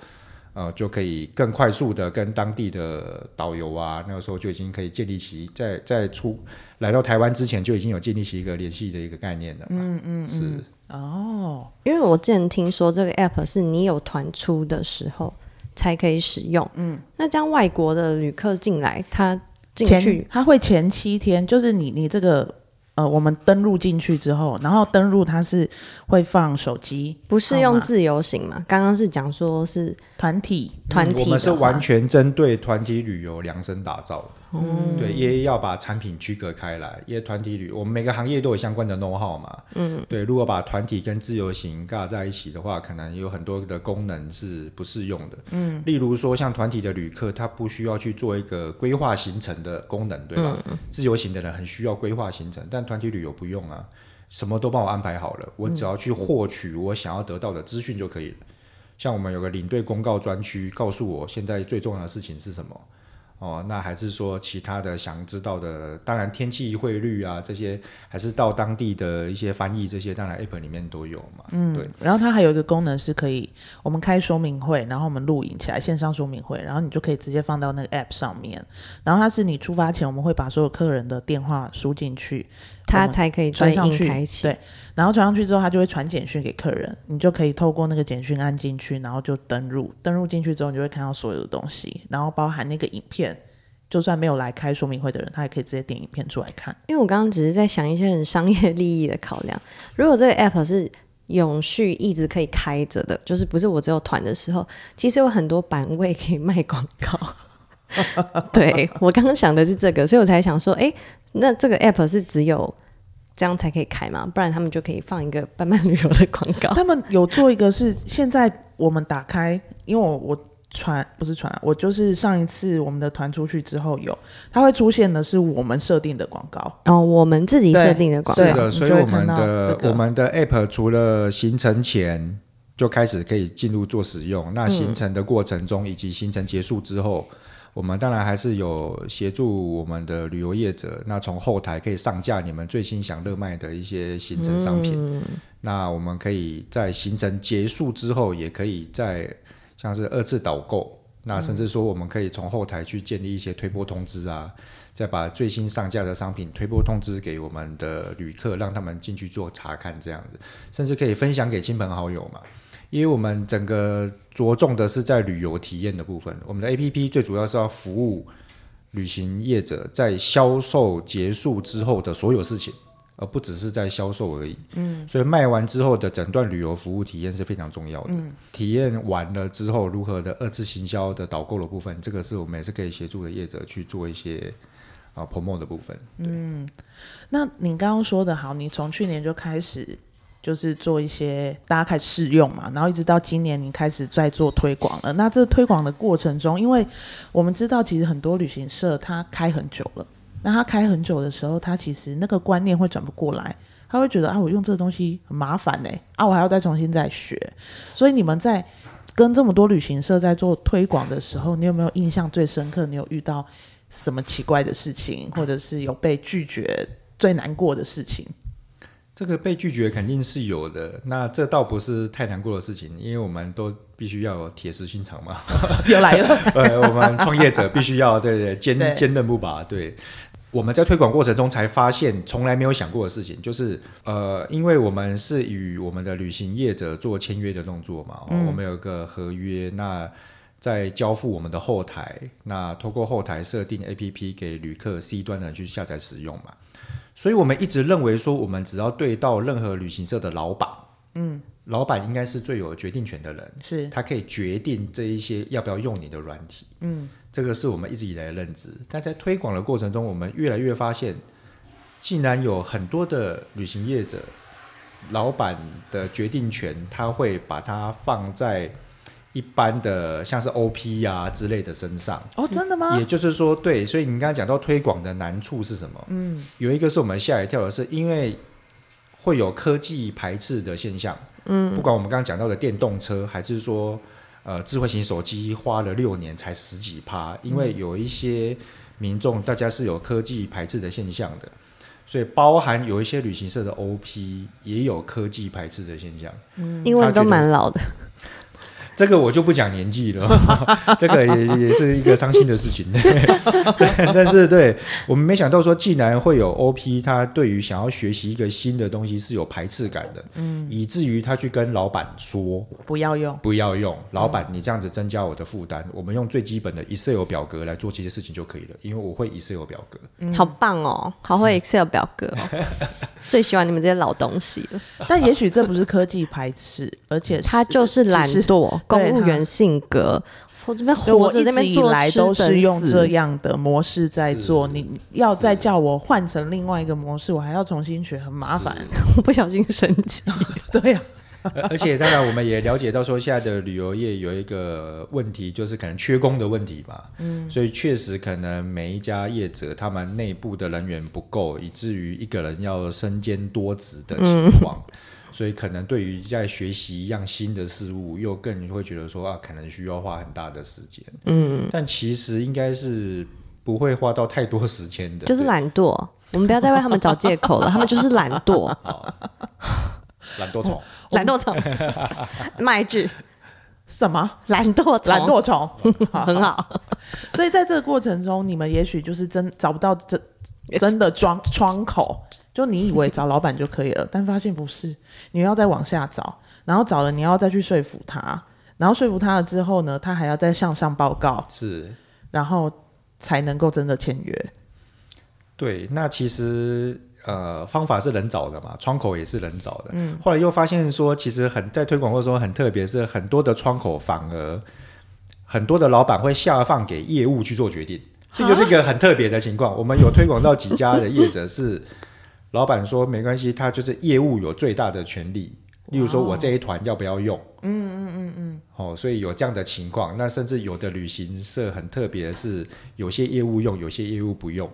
Speaker 4: 呃，就可以更快速的跟当地的导游啊，那个时候就已经可以建立起在在出来到台湾之前就已经有建立起一个联系的一个概念了嘛。嗯嗯是
Speaker 2: 哦，
Speaker 3: 因为我之前听说这个 app 是你有团出的时候才可以使用，嗯，那这样外国的旅客进来，他进
Speaker 2: 前
Speaker 3: 去
Speaker 2: 他会前七天，就是你你这个呃，我们登录进去之后，然后登录它是会放手机
Speaker 3: 不是用
Speaker 2: 好吗
Speaker 3: 自由行嘛？刚刚是讲说是
Speaker 2: 团体，
Speaker 3: 团体的话、
Speaker 4: 嗯我们是完全针对团体旅游量身打造的。
Speaker 3: 嗯
Speaker 2: 嗯
Speaker 4: 对，也要把产品区隔开来，因为团体旅，我们每个行业都有相关的 know how 嘛。嗯，对，如果把团体跟自由行尬在一起的话，可能有很多的功能是不适用的。嗯，例如说像团体的旅客，他不需要去做一个规划行程的功能，对吧？自由行的人很需要规划行程，但团体旅游不用啊，什么都帮我安排好了，我只要去获取我想要得到的资讯就可以了。像我们有个领队公告专区，告诉我现在最重要的事情是什么。哦，那还是说其他的想知道的，当然天气、汇率啊这些，还是到当地的一些翻译这些，当然 App 里面都有嘛。嗯，对，
Speaker 2: 然后它还有一个功能是可以，我们开说明会，然后我们录影起来线上说明会，然后你就可以直接放到那个 app 上面。然后它是你出发前，我们会把所有客人的电话输进去，
Speaker 3: 他才可以
Speaker 2: 传
Speaker 3: 对
Speaker 2: 上
Speaker 3: 应
Speaker 2: 去
Speaker 3: 开，启。
Speaker 2: 对，然后传上去之后，它就会传简讯给客人，你就可以透过那个简讯按进去，然后就登录，登录进去之后，你就会看到所有的东西，然后包含那个影片，就算没有来开说明会的人，他也可以直接点影片出来看。
Speaker 3: 因为我刚刚只是在想一些很商业利益的考量。 如果这个 app 是永续一直可以开着的，就是不是我只有团的时候，其实有很多版位可以卖广告。 对我刚刚想的是这个，所以我才想说，诶，那这个 app 是只有这样才可以开吗？不然他们就可以放一个伴伴旅游的广 告。
Speaker 2: 他们有做一个是现在我们打开，因为我我传不是传啊，我就是上一次我们的团出去之后有，它会出现的是我们设定的广告，
Speaker 3: 哦，我们自己设定的广
Speaker 4: 是
Speaker 2: 对
Speaker 3: 告，
Speaker 4: 的，
Speaker 2: 你
Speaker 4: 所以
Speaker 2: 就会
Speaker 4: 我们
Speaker 2: 看到
Speaker 4: 的、
Speaker 2: 这个
Speaker 4: 我们的 App 除了行程前就开始可以进入做使用，那行程的过程中以及行程结束之后，我们当然还是有协助我们的旅游业者，那从后台可以上架你们最新想热卖的一些行程商品。那我们可以在行程结束之后，也可以在像是二次导购，那甚至说我们可以从后台去建立一些推播通知啊，再把最新上架的商品推播通知给我们的旅客，让他们进去做查看这样子，甚至可以分享给亲朋好友嘛。因为我们整个着重的是在旅游体验的部分，我们的 APP 最主要是要服务旅行业者在销售结束之后的所有事情，而不只是在销售而已。嗯，所以卖完之后的整段旅游服务体验是非常重要的。体验完了之后，如何的二次行销的导购的部分，这个是我们也是可以协助的业者去做一些啊 promo 的部分。
Speaker 2: 那你刚刚说的好，你从去年就开始就是做一些大家开始试用嘛，然后一直到今年你开始在做推广了。那这推广的过程中，因为我们知道其实很多旅行社它开很久了，那它开很久的时候，它其实那个观念会转不过来。他会觉得啊，我用这个东西很麻烦呢、啊，我还要再重新再学。所以你们在跟这么多旅行社在做推广的时候，你有没有印象最深刻？你有遇到什么奇怪的事情，或者是有被拒绝最难过的事情。
Speaker 4: 这个被拒绝肯定是有的，那这倒不是太难过的事情，因为我们都必须要有铁石心肠嘛。
Speaker 2: 有来有 来，
Speaker 4: 呃，我们创业者必须要对对坚
Speaker 2: 对
Speaker 4: 坚韧不拔。对，我们在推广过程中才发现，从来没有想过的事情，就是呃，因为我们是与我们的旅行业者做签约的动作嘛，哦我们有一个合约，那在交付我们的后台，那透过后台设定 APP 给旅客 C 端的人去下载使用嘛。所以我们一直认为说，我们只要对到任何旅行社的老板，嗯，老板应该是最有决定权的人，
Speaker 2: 是
Speaker 4: 他可以决定这一些要不要用你的软体。嗯，这个是我们一直以来的认知。但在推广的过程中，我们越来越发现，竟然有很多的旅行业者，老板的决定权，他会把它放在一般的像是 OP 啊之类的身上。
Speaker 2: 哦，真的吗
Speaker 4: 也？就是说，对，所以你刚刚讲到推广的难处是什么？嗯，有一个是我们吓一跳的是，因为会有科技排斥的现象。嗯，不管我们刚刚讲到的电动车，还是说呃智慧型手机，花了六年才十几趴，因为有一些民众大家是有科技排斥的现象的，所以包含有一些旅行社的 OP 也有科技排斥的现象。
Speaker 3: 英文都蛮老的，
Speaker 4: 这个我就不讲年纪了， 这个也也是一个伤心的事情。 对但是对我们没想到说，竟然会有 OP，他对于想要学习一个新的东西是有排斥感的，嗯，以至于他去跟老板说
Speaker 2: 不要用，
Speaker 4: 不要用，老板你这样子增加我的负担，我们用最基本的 Excel 表格来做这些事情就可以了，因为我会 Excel 表格。
Speaker 3: 好棒哦，好会 Excel 表格哦，最喜欢你们这些老东西了。
Speaker 2: 但也许这不是科技排斥，而且
Speaker 3: 他就是懒
Speaker 2: 其实
Speaker 3: 惰，公务
Speaker 2: 他
Speaker 3: 员性格。我这边
Speaker 2: 就
Speaker 3: 活
Speaker 2: 我
Speaker 3: 着，
Speaker 2: 一
Speaker 3: 这
Speaker 2: 直
Speaker 3: 边
Speaker 2: 以
Speaker 3: 做
Speaker 2: 来
Speaker 3: 吃
Speaker 2: 都
Speaker 3: 等
Speaker 2: 是用
Speaker 3: 死
Speaker 2: 这样的模式在做，你你要再叫我换成另外一个模式，我还要重新学，很麻烦。
Speaker 3: 我不小心生 气。
Speaker 2: 对啊呀、
Speaker 4: 而 而且当然，我们也了解到说，现在的旅游业有一个问题，就是可能缺工的问题嘛。嗯，所以确实可能每一家业者他们内部的人员不够，以至于一个人要身兼多职
Speaker 3: 嗯
Speaker 4: 的情况。所以可能对于在学习一样新的事物，又更会觉得说啊，可能需要花很大的时间。嗯，但其实应该是不会花到太多时间的，
Speaker 3: 就是
Speaker 4: 对
Speaker 3: 懒惰。我们不要再为他们找借口了，他们就是懒 惰，
Speaker 4: 懒惰虫。
Speaker 3: 懒惰虫。 骂一句，
Speaker 2: 什么
Speaker 3: 懒惰虫，
Speaker 2: 懒惰虫？ 好
Speaker 3: 很好。
Speaker 2: 所以在这个过程中，你们也许就是真找不到真真的窗窗口，就你以为找老板就可以了，但发现不是，你要再往下找，然后找了你要再去说服他，然后说服他了之后呢，他还要再向上报告，
Speaker 4: 是，
Speaker 2: 然后才能够真的签约。
Speaker 4: 对，那其实呃方法是人找的嘛，窗口也是人找的。嗯，后来又发现说，其实很在推广过程中很特别，是很多的窗口反而很多的老板会下放给业务去做决定，这就是一个很特别的情况。我们有推广到几家的业者是，老板说没关系，他就是业务有最大的权利。例如说，我这一团要不要用？嗯嗯嗯嗯。哦，所以有这样的情况。那甚至有的旅行社很特别的是，有些业务用，有些业务不用。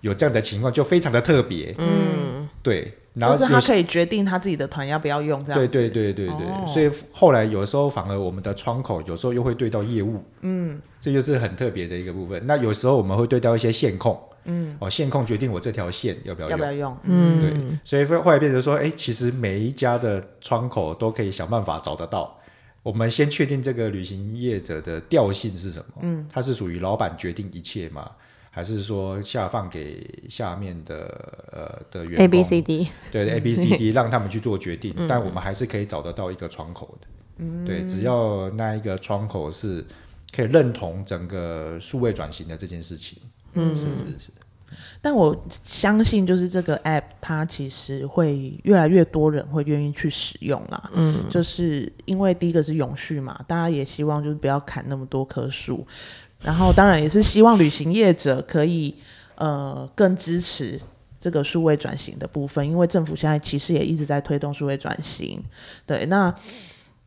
Speaker 4: 有这样的情况就非常的特别。嗯，对，然
Speaker 2: 就
Speaker 4: 后
Speaker 2: 是
Speaker 4: 有
Speaker 2: 他
Speaker 4: 些
Speaker 2: 可以决定他自己的团要不要用这样
Speaker 4: 对
Speaker 2: 子。
Speaker 4: 对对对对，
Speaker 2: 哦
Speaker 4: 所以后来有时候反而我们的窗口有时候又会对到业务，嗯，这就是很特别的一个部分。那有时候我们会对到一些线控，嗯，哦，线控决定我这条线要不要
Speaker 2: 要
Speaker 4: 用，
Speaker 2: 不要用？嗯
Speaker 4: 对，所以会后来变成说，哎，其实每一家的窗口都可以想办法找得到。我们先确定这个旅行业者的调性是什么，嗯，它是属于老板决定一切吗？还是说下放给下面的呃的员工
Speaker 3: A B C D，
Speaker 4: 对 A B C D，让他们去做决定，
Speaker 3: 嗯
Speaker 4: 但我们还是可以找得到一个窗口的。对，只要那一个窗口是可以认同整个数位转型的这件事情，嗯，是是是，
Speaker 2: 但我相信，就是这个 app 它其实会越来越多人会愿意去使用啦。嗯，就是因为第一个是永续嘛，大家也希望就是不要砍那么多棵树，然后当然也是希望旅行业者可以呃更支持。这个数位转型的部分，因为政府现在其实也一直在推动数位转型，对，那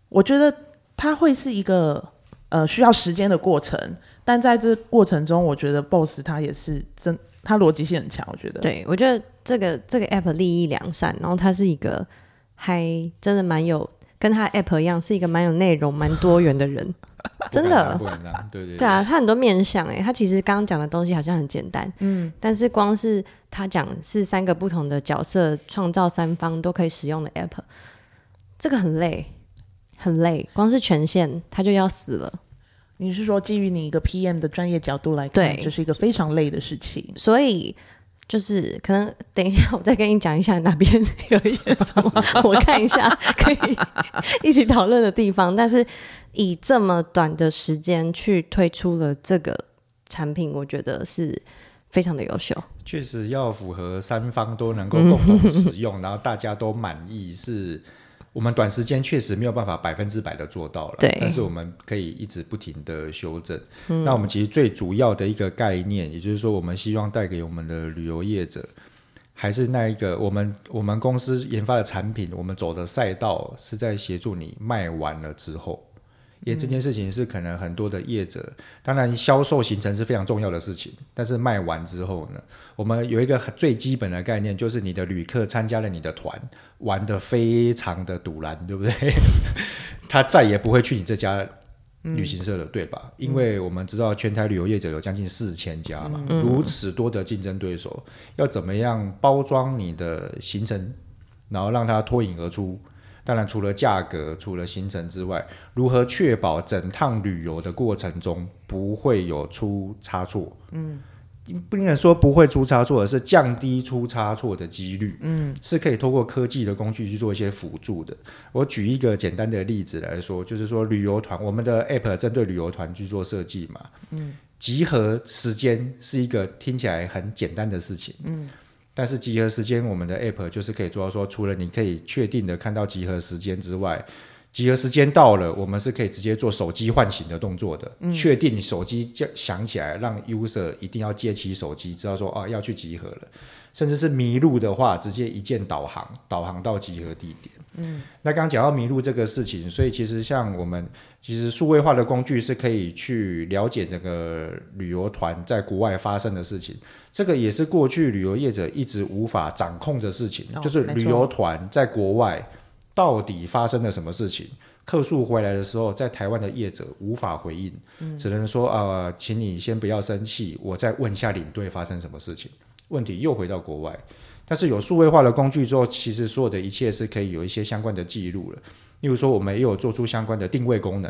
Speaker 2: 我觉得它会是一个呃需要时间的过程，但在这过程中，我觉得 BOSS 他也是真他逻辑性很强，我觉得。，
Speaker 3: 对我觉得这个这个 app 利益良善，然后它是一个还真的蛮有跟它 app 一样，是一个蛮有内容、蛮多元的人，啊 真的。
Speaker 4: 不敢当不敢当，对对
Speaker 3: 对啊，他很多面向哎、欸，他其实刚刚讲的东西好像很简单，嗯，但是光是他讲是三个不同的角色创造三方都可以使用的 app，这个很累，很累，光是权限他就要死了。
Speaker 2: 你是说基于你一个 PM 的专业角度来看，
Speaker 3: 对
Speaker 2: 这是一个非常累的事情。
Speaker 3: 所以就是可能等一下我再跟你讲一下哪边有一些什么，我看一 下可以一起讨论的地方。但是以这么短的时间去推出了这个产品，我觉得是非常的优秀。
Speaker 4: 确实要符合三方都能够共同使用， 然后大家都满意，是我们短时间确实没有办法百分之百的做到了，
Speaker 3: 对
Speaker 4: 但是我们可以一直不停的修正。那我们其实最主要的一个概念，也就是说，我们希望带给我们的旅游业者。还是那一个，我们我们公司研发的产品，我们走的赛道是在协助你卖完了之后，也这件事情是可能很多的业者，当然销售形成是非常重要的事情，但是卖完之后呢，我们有一个很最基本的概念，就是你的旅客参加了你的团，玩的非常的堵然，对不 对？他再也不会去你这家旅行社了，对吧？因为我们知道全台旅游业者有将近四千家嘛，如此多的竞争对手，要怎么样包装你的行程，然后让它脱颖而出？当然，除了价格、除了行程之外，如何确保整趟旅游的过程中不会有出差错？嗯，不能说不会出差错，而是降低出差错的几率。嗯，是可以透过科技的工具去做一些辅助的。我举一个简单的例子来说，就是说旅游团，我们的 app 针对旅游团去做设计嘛，嗯，集合时间是一个听起来很简单的事情，嗯。但是集合时间，我们的 app 就是可以做到说，除了你可以确定的看到集合时间之外，集合时间到了，我们是可以直接做手机唤醒的动作的，确定手机叫响起来，让 user 一定要接起手机，知道说啊要去集合了，甚至是迷路的话，直接一键导航，导航到集合地点。嗯，那刚刚讲到迷路这个事情，所以其实像我们其实数位化的工具是可以去了解整个旅游团在国外发生的事情，这个也是过去旅游业者一直无法掌控的事情，
Speaker 2: 哦
Speaker 4: 就是
Speaker 2: 没错
Speaker 4: 旅游团在国外到底发生了什么事情。客诉回来的时候，在台湾的业者无法回应，
Speaker 2: 嗯
Speaker 4: 只能说呃，请你先不要生气，我再问一下领队发生什么事情。问题又回到国外，但是有数位化的工具之后，其实所有的一切是可以有一些相关的记录了。例如说，我们也有做出相关的定位功能，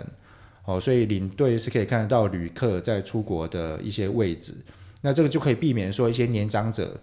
Speaker 4: 哦，所以领队是可以看得到旅客在出国的一些位置，那这个就可以避免说一些年长者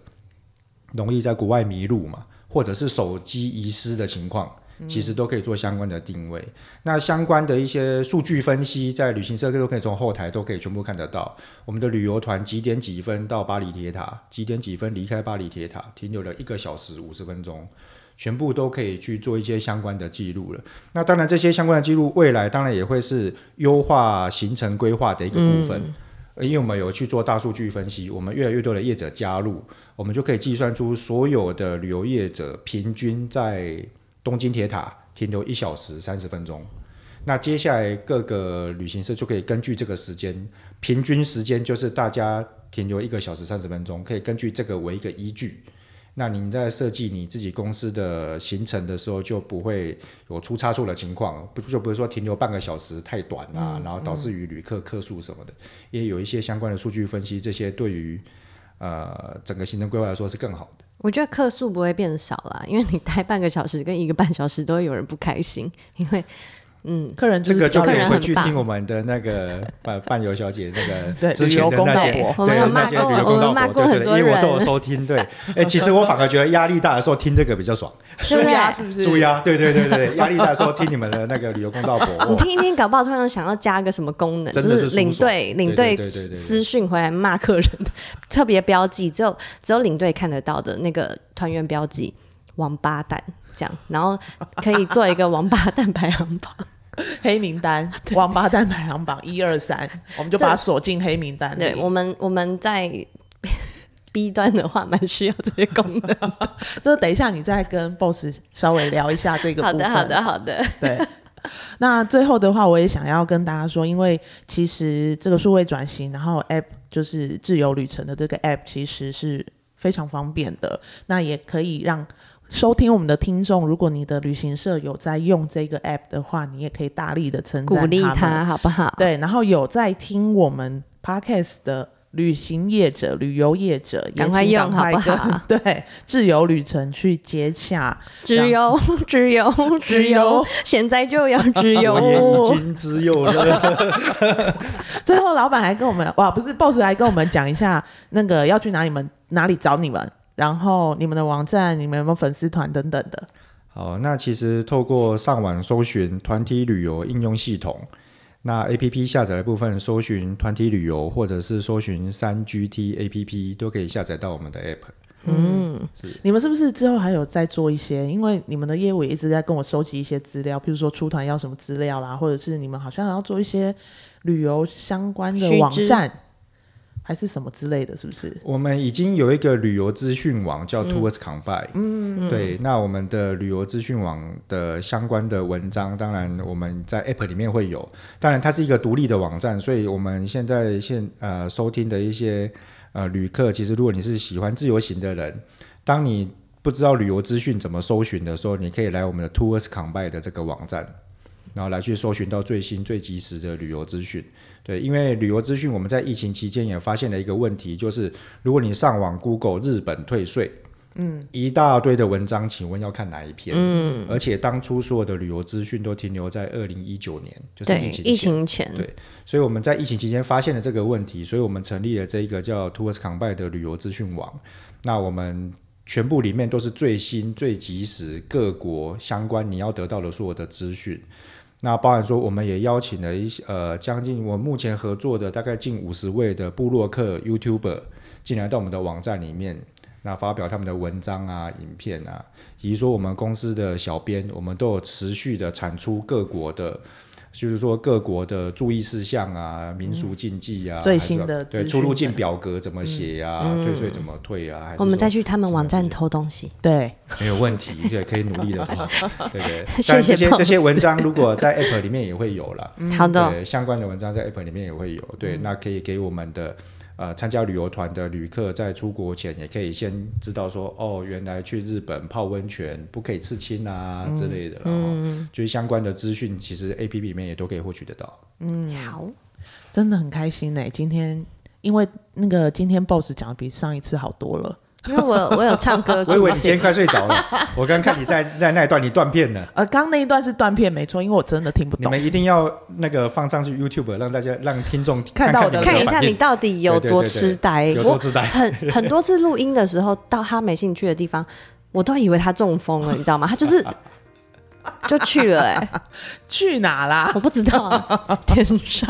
Speaker 4: 容易在国外迷路嘛，或者是手机遗失的情况。其实都可以做相关的定位，那相关的一些数据分析，在旅行社都可以从后台都可以全部看得到。我们的旅游团几点几分到巴黎铁塔，几点几分离开巴黎铁塔，停留了一个小时五十分钟，全部都可以去做一些相关的记录了。那当然，这些相关的记录未来当然也会是优化行程规划的一个部分。呃因为我们有去做大数据分析，我们越来越多的业者加入，我们就可以计算出所有的旅游业者平均在东京铁塔停留一小时三十分钟。那接下来各个旅行社就可以根据这个时间，平均时间就是大家停留一个小时三十分钟，可以根据这个为一个依据，那您在设计你自己公司的行程的时候，就不会有出差错的情况，不就不是说停留半个小时太短啊，然后导致于旅客客数什么的，也有一些相关的数据分析，这些对于呃整个行程规划来说是更好的。
Speaker 3: 我觉得客数不会变少啦，因为你待半个小时跟一个半小时都会有人不开心，因为嗯
Speaker 2: 客人
Speaker 4: 这
Speaker 2: 是
Speaker 4: 个就
Speaker 2: 比较
Speaker 4: 可以
Speaker 3: 客人
Speaker 4: 回
Speaker 3: 很
Speaker 4: 去
Speaker 3: 棒
Speaker 4: 听我们的那 个伴伴游小姐那个
Speaker 2: 对
Speaker 4: 之
Speaker 2: 旅
Speaker 4: 前
Speaker 2: 游
Speaker 4: 的
Speaker 2: 公
Speaker 4: 那
Speaker 2: 道
Speaker 4: 些
Speaker 2: 婆
Speaker 3: 我们
Speaker 4: 对
Speaker 3: 有
Speaker 4: 那
Speaker 3: 骂
Speaker 4: 些
Speaker 3: 过
Speaker 4: 旅
Speaker 3: 我
Speaker 4: 游公
Speaker 3: 们
Speaker 4: 道
Speaker 3: 骂
Speaker 4: 婆，
Speaker 3: 过
Speaker 4: 对
Speaker 3: 很
Speaker 4: 对
Speaker 3: 多
Speaker 4: 对，因为我都有
Speaker 3: 人
Speaker 4: 收 听。对，哎，其实我反而觉得压力大的时候听这个比较爽，
Speaker 2: 舒压是不是？
Speaker 4: 舒压。对对对对，压力大的时候听你们的那个旅游公道 婆，
Speaker 3: 你
Speaker 4: 哦
Speaker 3: 听一听，搞不好突然想要加个什么功能，就
Speaker 4: 真的是舒爽
Speaker 3: 领队
Speaker 4: 对
Speaker 3: 领
Speaker 4: 对
Speaker 3: 队
Speaker 4: 对对对对
Speaker 3: 私讯回来骂客人，特别标记，只有只有领队看得到的那个团员标记，王八蛋这样，然后可以做一个王八蛋排行榜。
Speaker 2: 黑名 单、王八蛋排行榜一二三，我们就把它锁进黑名单里。
Speaker 3: 对我们我们在 B 端的话，蛮需要这些功能。
Speaker 2: 这等一下你再跟 boss 稍微聊一下这个部
Speaker 3: 好
Speaker 2: 分。
Speaker 3: 的，好的，好的。
Speaker 2: 对。那最后的话，我也想要跟大家说，因为其实这个数位转型，然后 App 就是自由旅程的这个 App，其实是非常方便的。那也可以让收听我们的听众，如果你的旅行社有在用这个 App 的话，你也可以大力的称赞
Speaker 3: 鼓励
Speaker 2: 他们
Speaker 3: 他好不好？
Speaker 2: 对，然后有在听我们 podcast 的旅行业者、旅游业者，也
Speaker 3: 赶快
Speaker 2: 请赶
Speaker 3: 用好不
Speaker 2: 快
Speaker 3: 好
Speaker 2: 跟 对，自由旅程去接洽。
Speaker 3: 只有 只 有只有，现在就要只
Speaker 4: 我也已
Speaker 3: 有。
Speaker 4: 经知 幼了。
Speaker 2: 最后，老板来跟我们，哇，不是 boss 来跟我们讲一下那个要去哪里们哪里找你们，然后你们的网站、你们有没有粉丝团等等的。
Speaker 4: 好，那其实透过上网搜寻团体旅游应用系统，那 A P P 下载的部分搜寻团体旅游，或者是搜寻三 G T A P P，都可以下载到我们的 App。
Speaker 2: 你们是不是之后还有在做一些？因为你们的业务也一直在跟我收集一些资料，譬如说出团要什么资料啦，或者是你们好像要做一些旅游相关的
Speaker 3: 须知
Speaker 2: 网站，还是什么之类的，是不是？
Speaker 4: 我们已经有一个旅游资讯网叫 Tours Combine，嗯，对，那我们的旅游资讯网的相关的文章，当然我们在 App 里面会有，当然它是一个独立的网站，所以我们现在现呃收听的一些呃旅客，其实如果你是喜欢自由行的人，当你不知道旅游资讯怎么搜寻的时候，你可以来我们的 Tours Combine 的这个网站。然后来去搜寻到最新最及时的旅游资讯，对，因为旅游资讯我们在疫情期间也发现了一个问题，就是如果你上网 Google 日本退税，嗯，一大堆的文章，请问要看哪一篇？嗯，而且当初所有的旅游资讯都停留在二零一九年，就是
Speaker 3: 对
Speaker 4: 疫，情
Speaker 3: 疫
Speaker 4: 前。
Speaker 3: 情前
Speaker 4: 对所以我们在疫情期间发现了这个问题，所以我们成立了这一个叫 Tours Combine 的旅游资讯网。那我们全部里面都是最新、最及时各国相关你要得到的所有的资讯。那包含说，我们也邀请了一些呃，将近我目前合作的大概近五十位的部落客 YouTuber 进来到我们的网站里面，那发表他们的文章啊、影片啊，以及说我们公司的小编，我们都有持续的产出各国的，就是说各国的注意事项啊、民俗禁忌啊，
Speaker 2: 最
Speaker 4: 还是
Speaker 2: 新的
Speaker 4: 对
Speaker 2: 资
Speaker 4: 出入
Speaker 2: 讯
Speaker 4: 境表格怎么写啊，退税怎么退啊，还是
Speaker 3: 嗯我们
Speaker 4: 说
Speaker 3: 再去他们网站偷东西。
Speaker 2: 对，
Speaker 4: 没有问题， 对，可以努 力的话，对对。
Speaker 3: 谢
Speaker 4: 当然这些
Speaker 3: boss
Speaker 4: 这些文章如果在 App 里面也会有了，
Speaker 3: 好的，
Speaker 4: 对，相关的文章在 App 里面也会有，对，
Speaker 3: 嗯
Speaker 4: 那可以给我们的呃参加旅游团的旅客在出国前也可以先知道说，哦，原来去日本泡温泉不可以刺青啊、
Speaker 3: 嗯
Speaker 4: 之类的，然后、就是相关的资讯，其实 App 里面也都可以获取 得到。
Speaker 3: 好，
Speaker 2: 真的很开心呢、今天因为那个今天 boss 讲的比上一次好多了。
Speaker 3: 因为我我有唱歌
Speaker 4: 我以
Speaker 3: 助
Speaker 4: 为你今
Speaker 3: 兴
Speaker 4: 天，快睡着了，我刚看你在 在那一段你断片了。
Speaker 2: 呃，刚那一段是断片没错，因为我真的听不
Speaker 4: 你
Speaker 2: 懂。
Speaker 4: 们一定要那个放上去 YouTube，让大家让听众
Speaker 2: 看到我
Speaker 4: 你
Speaker 2: 的
Speaker 4: 们
Speaker 2: 脸
Speaker 4: 的
Speaker 3: 看一下
Speaker 4: 反应
Speaker 3: 你到底有多痴呆。
Speaker 4: 有多
Speaker 3: 我
Speaker 4: 痴呆
Speaker 3: 很很多次录音的时候，到他没兴趣的地方，我都以为他中风了，你知道吗？他就是 就去了，哎，
Speaker 2: 去哪啦？
Speaker 3: 我不知道 啊，天上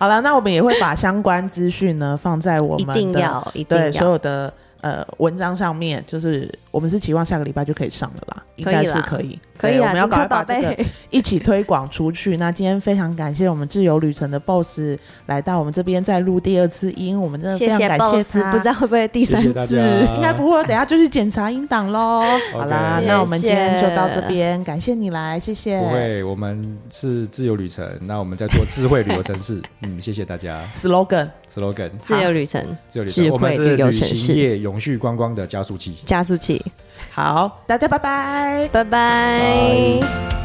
Speaker 2: 好了，那我们也会把相关资讯呢放在我
Speaker 3: 一
Speaker 2: 们的
Speaker 3: 定要一定
Speaker 2: 对所
Speaker 3: 要。
Speaker 2: 有的呃文章上面，就是我们是期望下个礼拜就可以上了啦。应该
Speaker 3: 可以
Speaker 2: 是
Speaker 3: 啦
Speaker 2: 可以，
Speaker 3: 可以
Speaker 2: 对
Speaker 3: 啦，
Speaker 2: 我们要
Speaker 3: 林
Speaker 2: 赶快
Speaker 3: 克
Speaker 2: 把
Speaker 3: 宝
Speaker 2: 这个
Speaker 3: 贝，
Speaker 2: 一起推广出 去。那今天非常感谢我们自由旅程的 BOSS 来到我们这边再录第二次音，我们真的非
Speaker 3: 谢
Speaker 2: 常
Speaker 3: 谢
Speaker 2: 感谢
Speaker 3: boss，
Speaker 2: 他。
Speaker 3: 不知道会不会第
Speaker 4: 谢
Speaker 3: 三
Speaker 4: 谢大家
Speaker 3: 次。，
Speaker 2: 应该不会，等一下就去检查音档喽。好啦，
Speaker 4: OK
Speaker 2: 那我们今天
Speaker 3: 谢谢
Speaker 2: 就到这边，感谢你来，谢谢。
Speaker 4: 不会，我们是自由旅程，那我们在做智慧旅游城市。 嗯，谢谢大家
Speaker 2: slogan，
Speaker 4: ，slogan
Speaker 3: 自由旅程，
Speaker 4: 自由旅
Speaker 3: 智
Speaker 4: 程，
Speaker 3: 慧
Speaker 4: 我们是
Speaker 3: 旅游
Speaker 4: 旅
Speaker 3: 城市
Speaker 4: 行业永续观光的加速器。
Speaker 3: 加速器，
Speaker 2: 好，大家拜拜。
Speaker 3: 拜拜。
Speaker 4: 拜